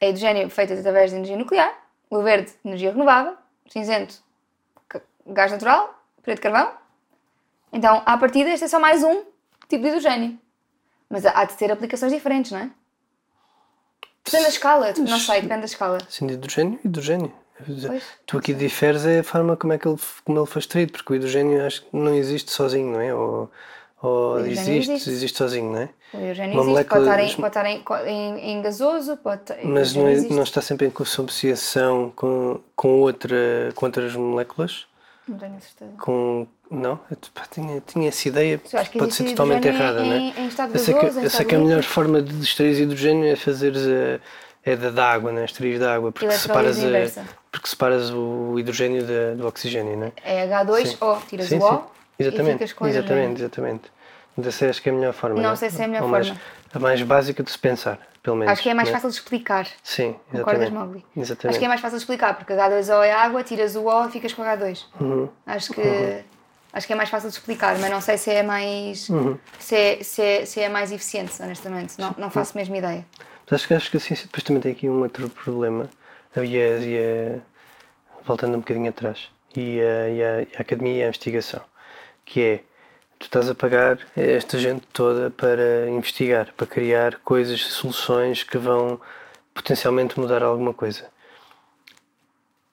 [SPEAKER 1] é hidrogênio feito através de energia nuclear, o verde, energia renovável, cinzento, ca- gás natural, preto, carvão. Então, à partida, este é só mais um tipo de hidrogênio. Mas há de ter aplicações diferentes, não é? Depende da escala, tipo, não sei, depende da escala.
[SPEAKER 2] Sim, Assim, de hidrogênio, hidrogênio.
[SPEAKER 1] Pois.
[SPEAKER 2] Tu aqui diferes é a forma como, é que ele, como ele foi extraído, porque o hidrogênio acho que não existe sozinho, não é? Ou, ou
[SPEAKER 1] hidrogênio
[SPEAKER 2] existe,
[SPEAKER 1] existe.
[SPEAKER 2] existe, sozinho, não é?
[SPEAKER 1] O hidrogênio
[SPEAKER 2] Uma
[SPEAKER 1] existe, pode
[SPEAKER 2] molécula-
[SPEAKER 1] estar, em, pode estar em, co- em- em gasoso, pode estar,
[SPEAKER 2] Mas
[SPEAKER 1] hidrogênio
[SPEAKER 2] não, é-
[SPEAKER 1] existe.
[SPEAKER 2] não está sempre em associação com, com, outra, com outras moléculas?
[SPEAKER 1] Não tenho certeza.
[SPEAKER 2] Com. Não? Eu, pá, tinha, tinha essa ideia,
[SPEAKER 1] Eu acho que
[SPEAKER 2] pode ser
[SPEAKER 1] existe
[SPEAKER 2] totalmente
[SPEAKER 1] hidrogênio
[SPEAKER 2] errada, não é?
[SPEAKER 1] em- em estado
[SPEAKER 2] eu sei que,
[SPEAKER 1] gasoso, em
[SPEAKER 2] eu sei
[SPEAKER 1] estado
[SPEAKER 2] que a
[SPEAKER 1] líquido.
[SPEAKER 2] melhor forma de extrair hidrogênio é fazeres a. É da, da água, não é? Extrair da água, porque
[SPEAKER 1] Eletrólise
[SPEAKER 2] separas, a,
[SPEAKER 1] inversa.
[SPEAKER 2] porque separas o hidrogênio da- do oxigênio, não é?
[SPEAKER 1] É H2O, tiras o O
[SPEAKER 2] Exatamente,
[SPEAKER 1] e ficas com
[SPEAKER 2] exatamente,
[SPEAKER 1] hidrogênio.
[SPEAKER 2] exatamente. Então, essa acho que é a melhor forma.
[SPEAKER 1] Não sei se é a melhor
[SPEAKER 2] Ou mais-
[SPEAKER 1] forma.
[SPEAKER 2] a mais básica de se pensar, pelo menos.
[SPEAKER 1] Acho que é mais
[SPEAKER 2] né?
[SPEAKER 1] fácil de explicar.
[SPEAKER 2] Sim,
[SPEAKER 1] Concordas,
[SPEAKER 2] exatamente.
[SPEAKER 1] Mowgli?
[SPEAKER 2] Exatamente.
[SPEAKER 1] Acho que é mais fácil de explicar, porque H2O é água, tiras o O e ficas com H2.
[SPEAKER 2] Uhum.
[SPEAKER 1] Acho que. Acho que é mais fácil de explicar, mas não sei se é mais.
[SPEAKER 2] Uhum.
[SPEAKER 1] Se, é, se, é, se é mais eficiente, honestamente. Não, não faço a mesma ideia.
[SPEAKER 2] Mas acho que, acho que a ciência depois também tem aqui um outro problema. E é a, e a- voltando um bocadinho atrás, e a, e a- e a academia e a investigação, que é tu estás a pagar esta gente toda para investigar, para criar coisas, soluções que vão potencialmente mudar alguma coisa.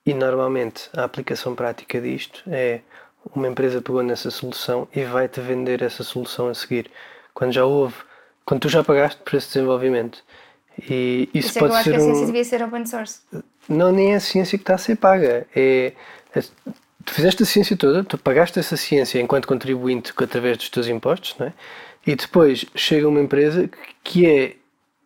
[SPEAKER 2] E normalmente a aplicação prática disto é uma empresa pegou nessa solução e vai-te vender essa solução a seguir. Quando já houve, quando tu já pagaste por esse desenvolvimento. E
[SPEAKER 1] Isso
[SPEAKER 2] isso,
[SPEAKER 1] é que eu
[SPEAKER 2] pode
[SPEAKER 1] acho que
[SPEAKER 2] ser
[SPEAKER 1] a ciência
[SPEAKER 2] um...
[SPEAKER 1] devia ser open source.
[SPEAKER 2] Não, nem é a ciência que está a ser paga. É, é- tu fizeste a ciência toda, tu pagaste essa ciência enquanto contribuinte co- através dos teus impostos, não é? E depois chega uma empresa que é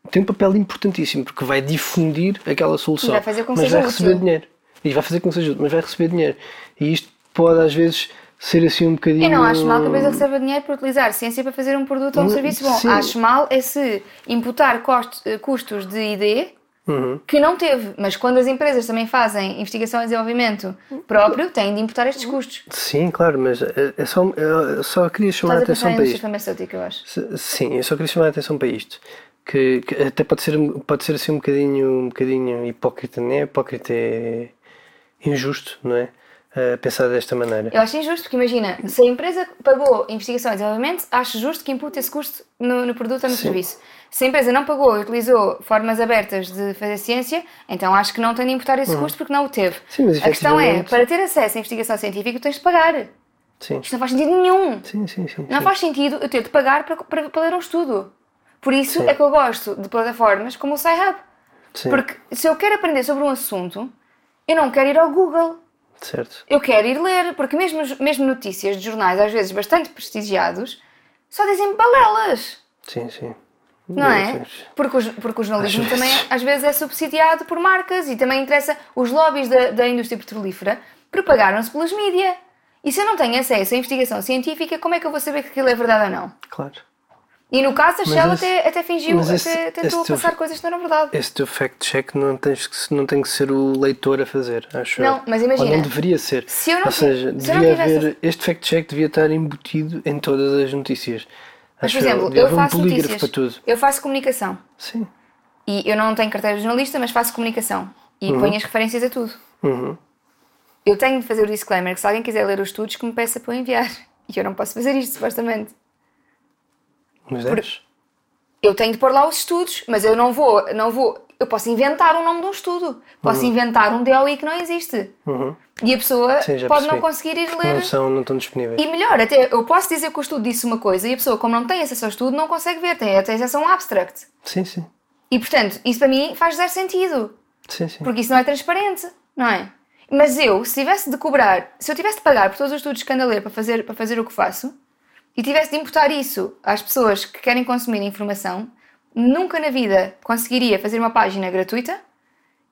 [SPEAKER 2] tem um papel importantíssimo porque vai difundir aquela solução,
[SPEAKER 1] E vai fazer com que
[SPEAKER 2] mas
[SPEAKER 1] seja
[SPEAKER 2] vai receber
[SPEAKER 1] útil.
[SPEAKER 2] dinheiro. E vai fazer com que seja útil, mas vai receber dinheiro. E isto pode às vezes ser assim um bocadinho.
[SPEAKER 1] Eu não acho mal que a empresa receba dinheiro por utilizar ciência para fazer um produto ou um
[SPEAKER 2] Não,
[SPEAKER 1] serviço bom.
[SPEAKER 2] sim.
[SPEAKER 1] Acho mal é se imputar cost- eh, custos de ID
[SPEAKER 2] Uhum.
[SPEAKER 1] que não teve. Mas quando as empresas também fazem investigação e desenvolvimento
[SPEAKER 2] Uhum.
[SPEAKER 1] próprio, têm de imputar estes custos.
[SPEAKER 2] Sim, claro, mas é, é só, é- só queria chamar
[SPEAKER 1] Estás
[SPEAKER 2] a
[SPEAKER 1] a pensar
[SPEAKER 2] atenção
[SPEAKER 1] em
[SPEAKER 2] para isto.
[SPEAKER 1] indústria farmacêutica, eu acho.
[SPEAKER 2] S- Sim, eu só queria chamar a atenção para isto. Que, que até pode ser, um- pode ser assim um bocadinho, um bocadinho hipócrita, não é? Hipócrita é injusto, não é? Ah, pensar desta maneira.
[SPEAKER 1] Eu acho injusto, porque imagina, se a empresa pagou investigação e desenvolvimento, acho justo que impute esse custo no, no produto ou no serviço. Se a empresa não pagou e utilizou formas abertas de fazer ciência, então acho que não tem de imputar esse custo porque não o teve.
[SPEAKER 2] Hum. Sim, mas
[SPEAKER 1] a questão é,
[SPEAKER 2] efetivamente-
[SPEAKER 1] para ter acesso à investigação científica, tu tens de pagar. Isto
[SPEAKER 2] Sim, sim,
[SPEAKER 1] não faz sentido nenhum.
[SPEAKER 2] sim. sim, sim.
[SPEAKER 1] Não faz sentido eu ter de pagar para, para, para ler um estudo. Por isso é que eu gosto de plataformas como o SciHub.
[SPEAKER 2] Sim,
[SPEAKER 1] Porque se eu quero aprender sobre um assunto, eu não quero ir ao Google.
[SPEAKER 2] certo.
[SPEAKER 1] Eu quero ir ler, porque mesmo, mesmo notícias de jornais, às vezes bastante prestigiados, só dizem balelas,
[SPEAKER 2] Sim, sim.
[SPEAKER 1] não é?
[SPEAKER 2] Sim,
[SPEAKER 1] Porque, o- porque o jornalismo
[SPEAKER 2] Às
[SPEAKER 1] também,
[SPEAKER 2] vezes.
[SPEAKER 1] às vezes, é subsidiado por marcas e também interessa. Os lobbies da, da indústria petrolífera propagaram-se pelas mídia. E se eu não tenho acesso à investigação científica, como é que eu vou saber que aquilo é verdade ou não?
[SPEAKER 2] Claro.
[SPEAKER 1] E no caso da Shell,
[SPEAKER 2] esse-
[SPEAKER 1] até, até fingiu,
[SPEAKER 2] mas esse-
[SPEAKER 1] até tentou
[SPEAKER 2] esse teu-
[SPEAKER 1] passar coisas que não eram verdade.
[SPEAKER 2] Esse teu fact-check não, tens que se- não tem que ser o leitor a fazer, acho
[SPEAKER 1] Não,
[SPEAKER 2] eu.
[SPEAKER 1] mas
[SPEAKER 2] Ou
[SPEAKER 1] imagina,
[SPEAKER 2] não deveria ser.
[SPEAKER 1] se eu não
[SPEAKER 2] Ou
[SPEAKER 1] ti-
[SPEAKER 2] seja,
[SPEAKER 1] se eu não
[SPEAKER 2] devia
[SPEAKER 1] tivesse-
[SPEAKER 2] haver. Este fact-check devia estar embutido em todas as notícias.
[SPEAKER 1] Mas, por
[SPEAKER 2] Acho
[SPEAKER 1] exemplo,
[SPEAKER 2] devia
[SPEAKER 1] eu
[SPEAKER 2] haver
[SPEAKER 1] faço
[SPEAKER 2] um polígrafo
[SPEAKER 1] notícias,
[SPEAKER 2] para tudo.
[SPEAKER 1] eu faço comunicação.
[SPEAKER 2] Sim.
[SPEAKER 1] E eu não tenho carteira de jornalista, mas faço comunicação. E
[SPEAKER 2] Uhum.
[SPEAKER 1] ponho as referências a tudo. Eu tenho de fazer o disclaimer que se alguém quiser ler os estudos, que me peça para eu enviar. E eu não posso fazer isto, supostamente.
[SPEAKER 2] Mas deves?
[SPEAKER 1] Eu tenho de pôr lá os estudos, mas eu não vou, não vou. Eu posso inventar o nome de um estudo. Posso
[SPEAKER 2] Uhum.
[SPEAKER 1] inventar um DOI que não existe. E a pessoa
[SPEAKER 2] Sim, já
[SPEAKER 1] pode não
[SPEAKER 2] percebi.
[SPEAKER 1] conseguir ir
[SPEAKER 2] Uhum. Não
[SPEAKER 1] ler.
[SPEAKER 2] são, não estão disponíveis.
[SPEAKER 1] E melhor, até eu posso dizer que o estudo disse uma coisa e a pessoa, como não tem acesso ao estudo, não consegue ver, tem até acesso a um abstract.
[SPEAKER 2] Sim, sim.
[SPEAKER 1] E portanto, isso para mim faz zero sentido.
[SPEAKER 2] Sim, sim.
[SPEAKER 1] Porque isso não é transparente, não é? Mas eu, se tivesse de cobrar, se eu tivesse de pagar por todos os estudos que ando a ler para fazer, para fazer o que faço, e tivesse de importar isso às pessoas que querem consumir informação, nunca na vida conseguiria fazer uma página gratuita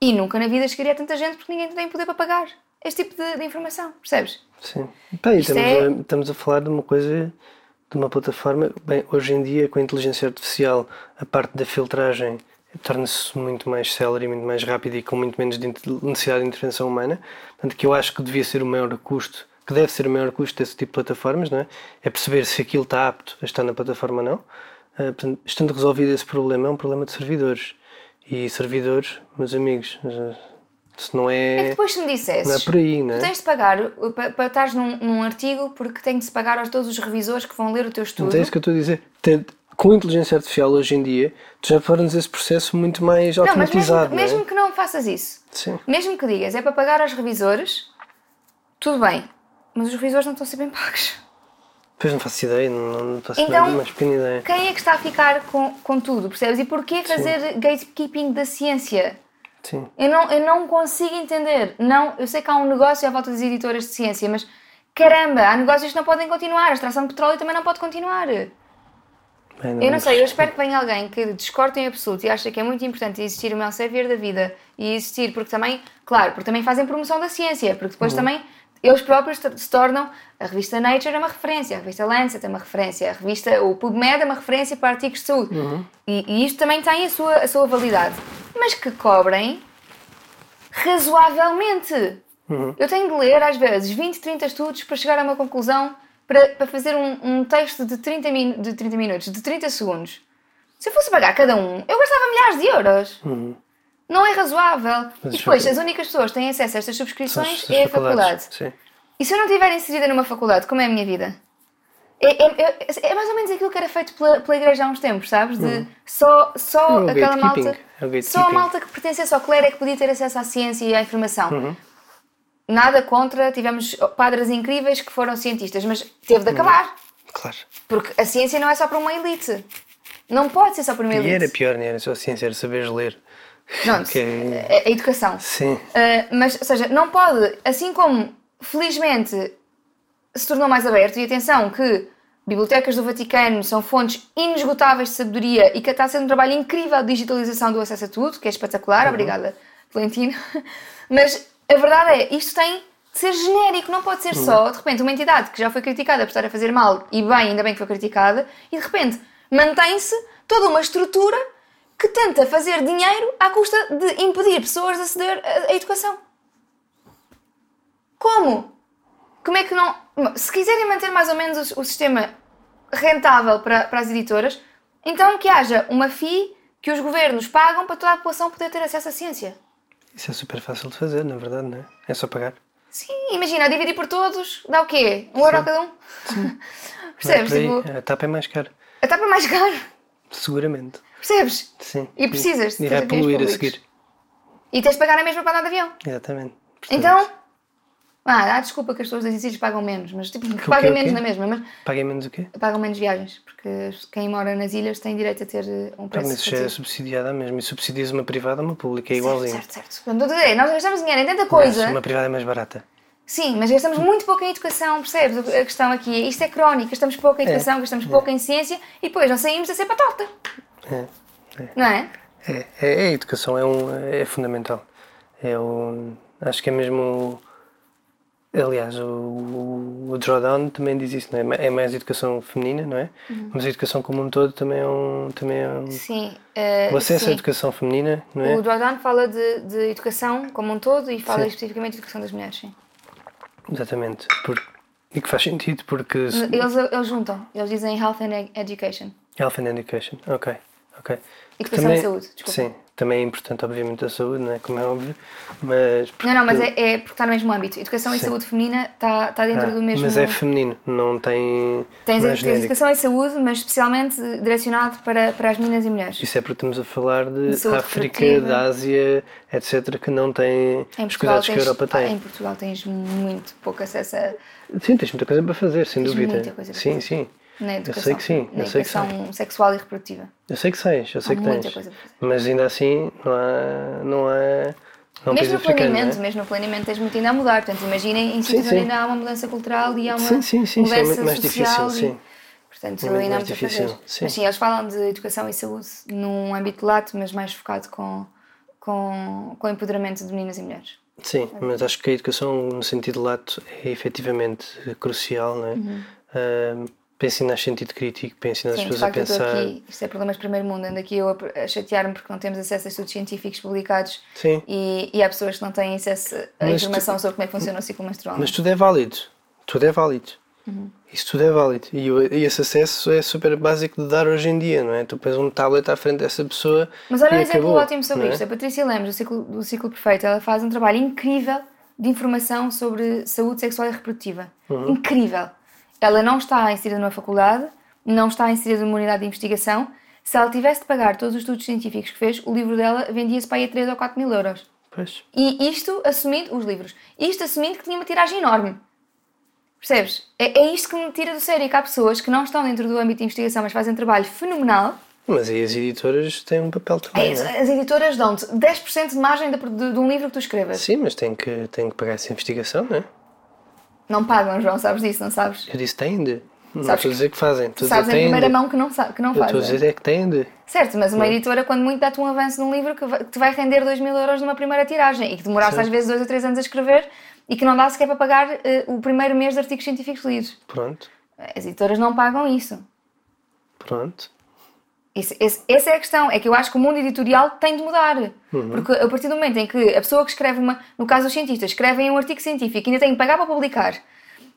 [SPEAKER 1] e nunca na vida chegaria a tanta gente porque ninguém tem poder para pagar este tipo de, de informação, percebes?
[SPEAKER 2] sim. Bem,
[SPEAKER 1] Isto
[SPEAKER 2] estamos,
[SPEAKER 1] é-
[SPEAKER 2] a, estamos a falar de uma coisa, de uma plataforma. Bem, hoje em dia, com a inteligência artificial, a parte da filtragem torna-se muito mais célere, e muito mais rápida e com muito menos de inte- necessidade de intervenção humana. Portanto, que eu acho que devia ser o maior custo, que deve ser o maior custo desse tipo de plataformas, não é? É perceber se aquilo está apto a estar na plataforma ou não. eh, portanto, estando resolvido esse problema, é um problema de servidores. E servidores, meus amigos, eh, se não
[SPEAKER 1] É que
[SPEAKER 2] é.
[SPEAKER 1] depois se me dissesses.
[SPEAKER 2] Não é por aí, não é?
[SPEAKER 1] Tu tens de pagar uh, pa- para estares num, num artigo porque tem de se pagar aos todos os revisores que vão ler o teu estudo.
[SPEAKER 2] Então é isso que eu estou a dizer. Tem- Com a inteligência artificial hoje em dia, tu já farás esse processo muito mais
[SPEAKER 1] Não, mas mesmo,
[SPEAKER 2] automatizado, não, é?
[SPEAKER 1] mesmo que não faças isso,
[SPEAKER 2] Sim.
[SPEAKER 1] mesmo que digas é para pagar aos revisores, tudo bem, mas os revisores não estão a ser bem pagos.
[SPEAKER 2] Depois não faço ideia, não, não faço
[SPEAKER 1] Então-
[SPEAKER 2] nada, mas pequena ideia.
[SPEAKER 1] Quem é que está a ficar com, com tudo, percebes? E porquê fazer gatekeeping da ciência?
[SPEAKER 2] Sim.
[SPEAKER 1] Eu não, eu não consigo entender. Não, eu sei que há um negócio à volta das editoras de ciência, mas caramba, há negócios que não podem continuar. A extração de petróleo também não pode continuar.
[SPEAKER 2] Bem,
[SPEAKER 1] Eu não
[SPEAKER 2] mas-
[SPEAKER 1] sei, eu espero que venha alguém que discorde em absoluto e acha que é muito importante existir o Elsevier da vida e existir, porque também, claro, porque também fazem promoção da ciência, porque depois também eles próprios tor- se tornam. A revista Nature é uma referência, a revista Lancet é uma referência, a revista, o PubMed é uma referência para artigos de saúde. E, e isto também tem a sua, a sua validade. Mas que cobrem razoavelmente.
[SPEAKER 2] Uhum.
[SPEAKER 1] Eu tenho de ler, às vezes, 20, 30 estudos para chegar a uma conclusão, para, para fazer um, um texto de 30, min- de 30 minutos, de 30 segundos. Se eu fosse pagar cada um, eu gastava milhares de euros. Não é razoável.
[SPEAKER 2] Uhum. Mas
[SPEAKER 1] e
[SPEAKER 2] as
[SPEAKER 1] depois,
[SPEAKER 2] facu-
[SPEAKER 1] as únicas pessoas que têm acesso a estas subscrições
[SPEAKER 2] São as
[SPEAKER 1] é a faculdade.
[SPEAKER 2] Sim.
[SPEAKER 1] E se eu não estiver inserida numa faculdade, como é a minha vida? É, é- é- é mais ou menos aquilo que era feito pela, pela igreja há uns tempos, sabes? De só,
[SPEAKER 2] É
[SPEAKER 1] só
[SPEAKER 2] o
[SPEAKER 1] aquela malta.
[SPEAKER 2] gatekeeping, é o gatekeeping.
[SPEAKER 1] só a malta que pertencesse ao clero é que podia ter acesso à ciência e à informação.
[SPEAKER 2] Uhum.
[SPEAKER 1] Nada contra, tivemos padres incríveis que foram cientistas, mas teve
[SPEAKER 2] Uhum.
[SPEAKER 1] de acabar.
[SPEAKER 2] Claro.
[SPEAKER 1] Porque a ciência não é só para uma elite. Não pode ser só para uma
[SPEAKER 2] E era
[SPEAKER 1] elite.
[SPEAKER 2] pior, não era só ciência, era saberes ler.
[SPEAKER 1] É Não, eh,
[SPEAKER 2] Que é-
[SPEAKER 1] a- a educação.
[SPEAKER 2] Sim.
[SPEAKER 1] Uh, mas, ou seja, não pode, assim como felizmente se tornou mais aberto, e atenção que bibliotecas do Vaticano são fontes inesgotáveis de sabedoria e que está a ser um trabalho incrível de digitalização do acesso a tudo, que é espetacular, obrigada, Valentino. Mas a verdade é, isto tem de ser genérico, não pode ser só, de repente, uma entidade que já foi criticada por estar a fazer mal, e bem, ainda bem que foi criticada, e de repente mantém-se toda uma estrutura que tenta fazer dinheiro à custa de impedir pessoas de aceder à à educação. Como? Como é que não. Se quiserem manter mais ou menos o, o sistema rentável para, para as editoras, então que haja uma FII que os governos pagam para toda a população poder ter acesso à ciência.
[SPEAKER 2] Isso é super fácil de fazer, na verdade, não é? É só pagar.
[SPEAKER 1] Sim, imagina, dividir por todos dá o quê? Um euro a cada um?
[SPEAKER 2] Não é
[SPEAKER 1] Percebes?
[SPEAKER 2] por aí.
[SPEAKER 1] Tipo,
[SPEAKER 2] A tapa é mais cara.
[SPEAKER 1] a tapa é mais caro.
[SPEAKER 2] Seguramente.
[SPEAKER 1] Percebes?
[SPEAKER 2] Sim.
[SPEAKER 1] E precisas de
[SPEAKER 2] E vai
[SPEAKER 1] fazer bens
[SPEAKER 2] poluir a
[SPEAKER 1] públicos.
[SPEAKER 2] seguir.
[SPEAKER 1] E tens de pagar a mesma para andar de avião.
[SPEAKER 2] Exatamente. Portanto,
[SPEAKER 1] Então, ah, há desculpa que as pessoas das ICIs pagam menos, mas tipo, que pagam
[SPEAKER 2] o quê?
[SPEAKER 1] menos na mesma, mas
[SPEAKER 2] Paguem menos o quê?
[SPEAKER 1] pagam menos viagens, porque quem mora nas ilhas tem direito a ter eh, um
[SPEAKER 2] Pá,
[SPEAKER 1] preço.
[SPEAKER 2] mas isso já é
[SPEAKER 1] reduzido.
[SPEAKER 2] subsidiada mesmo. E subsidias uma privada ou uma pública, é
[SPEAKER 1] Certo,
[SPEAKER 2] igualzinho.
[SPEAKER 1] certo, certo. Portanto, estou a dizer, nós gastamos dinheiro em tanta
[SPEAKER 2] Mas
[SPEAKER 1] coisa,
[SPEAKER 2] Uma privada é mais barata.
[SPEAKER 1] sim, mas gastamos muito pouco em educação, percebes? A questão aqui é, isto é crónico, gastamos pouco em educação, gastamos pouco em ciência e depois não saímos a ser patota,
[SPEAKER 2] É.
[SPEAKER 1] não é?
[SPEAKER 2] É, é, é a educação, é, um, é fundamental. É o, acho que é mesmo. o- Aliás, o, o Drawdown também diz isso, não é? Ma- É mais educação feminina, não é? Mas a educação como um todo também é um. Também é um
[SPEAKER 1] Uhum. Sim. eh,
[SPEAKER 2] o acesso à
[SPEAKER 1] sim.
[SPEAKER 2] educação feminina, é não é?
[SPEAKER 1] O Drawdown fala de, de educação como um todo e fala especificamente de educação das mulheres, sim.
[SPEAKER 2] Exatamente. Por, e que faz sentido, porque. se-
[SPEAKER 1] Eles, eles juntam, eles dizem Health and Ed- Education.
[SPEAKER 2] Health and Education, ok. ok.
[SPEAKER 1] Educação e saúde, desculpa.
[SPEAKER 2] Sim, também é importante, obviamente, a saúde, não é? Como é óbvio. Mas.
[SPEAKER 1] Não, não, mas é, é porque está no mesmo âmbito. Educação e
[SPEAKER 2] Sim.
[SPEAKER 1] saúde feminina está tá dentro
[SPEAKER 2] Ah,
[SPEAKER 1] do mesmo.
[SPEAKER 2] Mas é feminino, não tem.
[SPEAKER 1] tens,
[SPEAKER 2] não é
[SPEAKER 1] tens
[SPEAKER 2] genérico.
[SPEAKER 1] educação e saúde, mas especialmente direcionado para, para as meninas e mulheres.
[SPEAKER 2] Isso é porque estamos a falar de,
[SPEAKER 1] De saúde
[SPEAKER 2] África,
[SPEAKER 1] reprodutiva.
[SPEAKER 2] da Ásia, etc., que não têm
[SPEAKER 1] Em
[SPEAKER 2] os
[SPEAKER 1] Portugal,
[SPEAKER 2] cuidados
[SPEAKER 1] tens,
[SPEAKER 2] que a Europa
[SPEAKER 1] ah,
[SPEAKER 2] tem.
[SPEAKER 1] em Portugal tens muito pouco acesso a-
[SPEAKER 2] Sim, tens muita coisa para fazer, sem
[SPEAKER 1] Tens
[SPEAKER 2] dúvida.
[SPEAKER 1] muita coisa para
[SPEAKER 2] sim,
[SPEAKER 1] fazer.
[SPEAKER 2] sim.
[SPEAKER 1] na
[SPEAKER 2] Eu
[SPEAKER 1] educação.
[SPEAKER 2] sei que sim,
[SPEAKER 1] Na
[SPEAKER 2] eu sei que
[SPEAKER 1] educação
[SPEAKER 2] sim.
[SPEAKER 1] sexual e reprodutiva.
[SPEAKER 2] Eu sei que sais, eu sei
[SPEAKER 1] Há
[SPEAKER 2] que
[SPEAKER 1] muita
[SPEAKER 2] tens.
[SPEAKER 1] coisa para fazer.
[SPEAKER 2] Mas ainda assim, não há. Não há não há um país
[SPEAKER 1] mesmo no
[SPEAKER 2] africano, não é?
[SPEAKER 1] planeamento, mesmo no planeamento tens muito ainda a mudar. Portanto, imaginem, em sítios onde
[SPEAKER 2] sim.
[SPEAKER 1] ainda há uma mudança cultural e há uma
[SPEAKER 2] Sim, sim, sim, sim, é
[SPEAKER 1] mudança
[SPEAKER 2] muito mais
[SPEAKER 1] social.
[SPEAKER 2] difícil,
[SPEAKER 1] e-
[SPEAKER 2] sim.
[SPEAKER 1] Portanto,
[SPEAKER 2] É muito
[SPEAKER 1] ainda há
[SPEAKER 2] mais
[SPEAKER 1] muito a fazer.
[SPEAKER 2] difícil, sim.
[SPEAKER 1] Mas sim, eles falam de educação e saúde num âmbito lato, mas mais focado com, com, com o empoderamento de meninas e mulheres.
[SPEAKER 2] Sim, mas acho que a educação, no sentido lato, é efetivamente crucial, não é? Ah, para ensinar sentido crítico, para ensinar as
[SPEAKER 1] Uhum. Sim, de
[SPEAKER 2] pessoas a
[SPEAKER 1] facto, eu estou
[SPEAKER 2] pensar.
[SPEAKER 1] aqui, isto é problemas de primeiro mundo, ando aqui eu a, a chatear-me porque não temos acesso a estudos científicos publicados
[SPEAKER 2] Sim.
[SPEAKER 1] e, e há pessoas que não têm acesso a
[SPEAKER 2] Mas
[SPEAKER 1] informação sobre como é que funciona o ciclo menstrual.
[SPEAKER 2] Mas tudo é válido. Tudo é válido.
[SPEAKER 1] Uhum.
[SPEAKER 2] Isso tudo é válido. E, o- e esse acesso é super básico de dar hoje em dia, não é? Tu pões um tablet à frente dessa pessoa.
[SPEAKER 1] Mas olha
[SPEAKER 2] e
[SPEAKER 1] um exemplo
[SPEAKER 2] acabou,
[SPEAKER 1] ótimo sobre
[SPEAKER 2] não é?
[SPEAKER 1] isto. A Patrícia Lemos, do Ciclo, do Ciclo Perfeito, ela faz um trabalho incrível de informação sobre saúde sexual e reprodutiva.
[SPEAKER 2] Uhum.
[SPEAKER 1] Incrível! Ela não está inserida numa faculdade, não está inserida numa unidade de investigação. Se ela tivesse de pagar todos os estudos científicos que fez, o livro dela vendia-se para aí a 3 ou 4 mil euros.
[SPEAKER 2] Pois.
[SPEAKER 1] E isto assumindo, os livros, isto assumindo que tinha uma tiragem enorme. Percebes? É, é isto que me tira do sério, que há pessoas que não estão dentro do âmbito de investigação, mas fazem um trabalho fenomenal
[SPEAKER 2] Mas aí as editoras têm um papel também.
[SPEAKER 1] as,
[SPEAKER 2] não é?
[SPEAKER 1] as editoras dão-te 10% de margem de, de- de um livro que tu escrevas.
[SPEAKER 2] Sim, mas tem que, tem que pagar essa investigação, não é?
[SPEAKER 1] Não pagam, João, sabes disso, não sabes?
[SPEAKER 2] Eu disse têm de. Não
[SPEAKER 1] Sabes
[SPEAKER 2] estou a dizer que fazem. Estou a
[SPEAKER 1] sabes
[SPEAKER 2] dizer
[SPEAKER 1] em
[SPEAKER 2] têm
[SPEAKER 1] primeira
[SPEAKER 2] de.
[SPEAKER 1] mão que não, sa- que não
[SPEAKER 2] Eu estou a
[SPEAKER 1] fazem.
[SPEAKER 2] dizer é que têm de.
[SPEAKER 1] Certo, mas uma editora, quando muito, dá-te um avanço num livro que, vai- que te vai render 2 mil euros numa primeira tiragem e que demoraste às vezes 2 ou 3 anos a escrever e que não dá sequer para pagar eh, o primeiro mês de artigos científicos lidos.
[SPEAKER 2] Pronto,
[SPEAKER 1] As editoras não pagam isso.
[SPEAKER 2] pronto.
[SPEAKER 1] Esse, esse- essa é a questão, é que eu acho que o mundo editorial tem de mudar. Porque a partir do momento em que a pessoa que escreve uma, no caso dos cientistas, escrevem um artigo científico e ainda tem que pagar para publicar.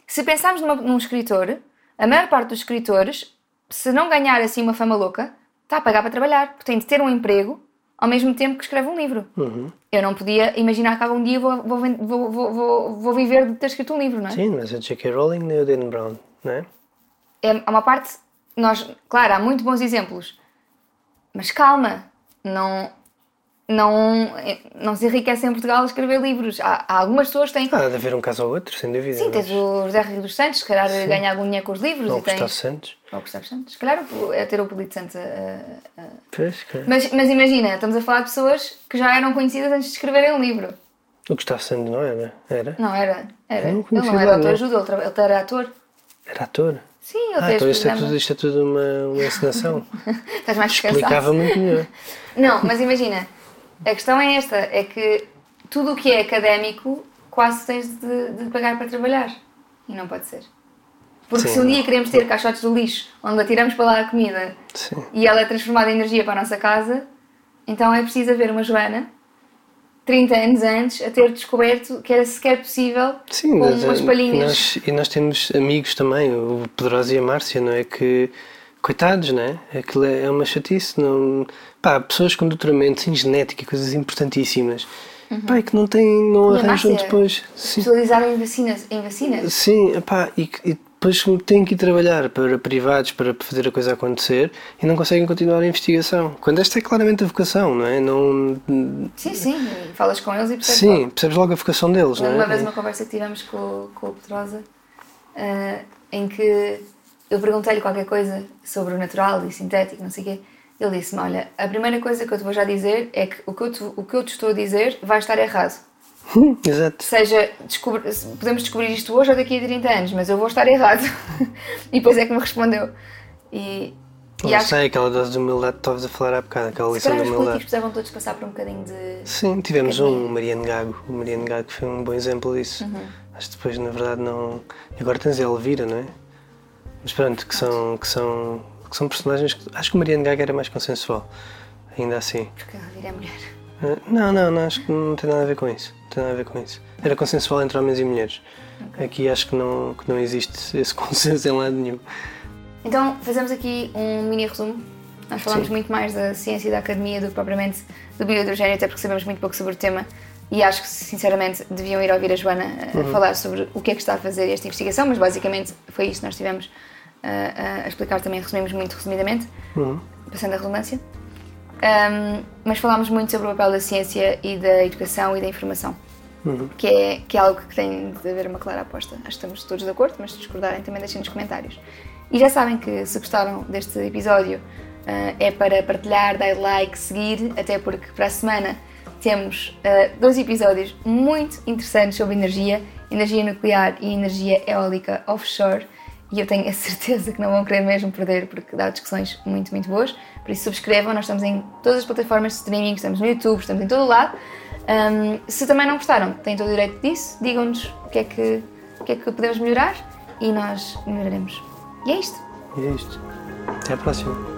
[SPEAKER 1] Se pensarmos numa- num escritor, a maior parte dos escritores, se não ganhar assim uma fama louca, está a pagar para trabalhar, porque tem de ter um emprego ao mesmo tempo que escreve um livro. Eu não podia imaginar que algum dia vou, vou, ven- vou, vou, vou, vou viver de ter escrito um livro, não é?
[SPEAKER 2] Sim, mas a J.K. Rowling nem o Dan Brown, não é?
[SPEAKER 1] é há uma parte nós claro há muito bons exemplos mas calma não não não se enriquece em Portugal a escrever livros há, há algumas pessoas que têm
[SPEAKER 2] Ah, há de haver um caso ou outro, sem dúvida.
[SPEAKER 1] sim
[SPEAKER 2] mas
[SPEAKER 1] tens o José Rodrigues dos Santos se calhar ganha algum dinheiro com os livros e
[SPEAKER 2] Ou o Gustavo
[SPEAKER 1] tens
[SPEAKER 2] Santos.
[SPEAKER 1] ou o Gustavo Santos se calhar o- é ter o Polito Santos a- a-
[SPEAKER 2] Pois, cara.
[SPEAKER 1] mas, mas imagina estamos a falar de pessoas que já eram conhecidas antes de escreverem um livro
[SPEAKER 2] O Gustavo Santos não era? Era?
[SPEAKER 1] não era era
[SPEAKER 2] Eu não
[SPEAKER 1] ele
[SPEAKER 2] conhecia
[SPEAKER 1] não era
[SPEAKER 2] nada.
[SPEAKER 1] autor ajuda ele, tra- ele era ator
[SPEAKER 2] Era ator?
[SPEAKER 1] sim ele
[SPEAKER 2] Ah,
[SPEAKER 1] fez
[SPEAKER 2] então isto é
[SPEAKER 1] programa.
[SPEAKER 2] tudo, isto é tudo uma, uma encenação.
[SPEAKER 1] estás mais descansado
[SPEAKER 2] Explicava muito melhor.
[SPEAKER 1] Não, mas imagina, a questão é esta, é que tudo o que é académico quase tens de, de pagar para trabalhar. E não pode ser. Porque
[SPEAKER 2] Sim,
[SPEAKER 1] se um
[SPEAKER 2] não.
[SPEAKER 1] dia queremos ter caixotes do lixo, onde atiramos para lá a comida
[SPEAKER 2] Sim.
[SPEAKER 1] e ela é transformada em energia para a nossa casa, então é preciso haver uma Joana 30 anos antes a ter descoberto que era sequer possível
[SPEAKER 2] Sim,
[SPEAKER 1] com
[SPEAKER 2] mas,
[SPEAKER 1] umas
[SPEAKER 2] eh,
[SPEAKER 1] palhinhas.
[SPEAKER 2] Nós, e nós temos amigos também, o Pedrosa e a Márcia, não é? Que, coitados, não é? Aquilo é é uma chatice. Não... Pá, pessoas com doutoramento em genética, coisas importantíssimas. Pá, e que não têm, não
[SPEAKER 1] E Uhum. a
[SPEAKER 2] arranjam
[SPEAKER 1] Márcia?
[SPEAKER 2] depois. Sim,
[SPEAKER 1] Especializada em vacinas. Em vacinas.
[SPEAKER 2] sim pá, e, que- e depois têm que ir trabalhar para privados para fazer a coisa acontecer e não conseguem continuar a investigação. Quando esta é claramente a vocação, não é? Não,
[SPEAKER 1] Sim, sim. E falas com eles e percebes logo.
[SPEAKER 2] Sim, percebes logo a vocação deles, não
[SPEAKER 1] Lembro
[SPEAKER 2] é?
[SPEAKER 1] uma vez uma conversa que tivemos com, com o Pedrosa, ah, em que eu perguntei-lhe qualquer coisa sobre o natural e sintético, não sei o quê. Ele disse-me: Olha, a primeira coisa que eu te vou já dizer é que o que eu te, o que eu te estou a dizer vai estar errado.
[SPEAKER 2] Uhum, Exato.
[SPEAKER 1] Seja, descobre- podemos descobrir isto hoje ou daqui a 30 anos, mas eu vou estar errado. e depois é que me respondeu. E, e
[SPEAKER 2] Não
[SPEAKER 1] acho que
[SPEAKER 2] sei, aquela dose de humildade que estavas a falar há bocado, aquela
[SPEAKER 1] se
[SPEAKER 2] lição
[SPEAKER 1] calhar É
[SPEAKER 2] de
[SPEAKER 1] os políticos
[SPEAKER 2] humildade.
[SPEAKER 1] precisavam todos passar por um bocadinho de.
[SPEAKER 2] Sim, tivemos um, o Mariano Gago. O Mariano Gago foi um bom exemplo disso.
[SPEAKER 1] Uhum.
[SPEAKER 2] Acho que depois, na verdade, não. E agora tens a Elvira, não é? Mas pronto, que são, que são, que são personagens que. Acho que o Mariano Gago era mais consensual, ainda assim.
[SPEAKER 1] Porque a vida é mulher.
[SPEAKER 2] Ah, Não, não, não, acho que não tem nada a ver com isso. Não tem nada a ver com isso. Era consensual entre homens e mulheres. Aqui acho que não, que não existe esse consenso em lado nenhum.
[SPEAKER 1] Então, fazemos aqui um mini resumo. Nós falamos
[SPEAKER 2] Sim.
[SPEAKER 1] muito mais da ciência e da academia do que propriamente do biohidrogênio, até porque sabemos muito pouco sobre o tema. E acho que, sinceramente, deviam ir ouvir a Joana eh, falar sobre o que é que está a fazer esta investigação, mas basicamente foi isto que nós tivemos eh, a explicar também, resumimos muito resumidamente, passando a redundância. Ahm, mas falámos muito sobre o papel da ciência e da educação e da informação, que, é, que é algo que tem de haver uma clara aposta. Acho que estamos todos de acordo, mas se discordarem também deixem nos comentários. E já sabem que se gostaram deste episódio ah, é para partilhar, dar like, seguir, até porque para a semana temos ah, dois episódios muito interessantes sobre energia, energia nuclear e energia eólica offshore. E eu tenho a certeza que não vão querer mesmo perder, porque dá discussões muito, muito boas. Por isso, subscrevam, nós estamos em todas as plataformas de streaming, estamos no YouTube, estamos em todo o lado. Hum, se também não gostaram, têm todo o direito disso, digam-nos o que, é que, o que é que podemos melhorar e nós melhoraremos. E é isto.
[SPEAKER 2] E é isto. Até à próxima.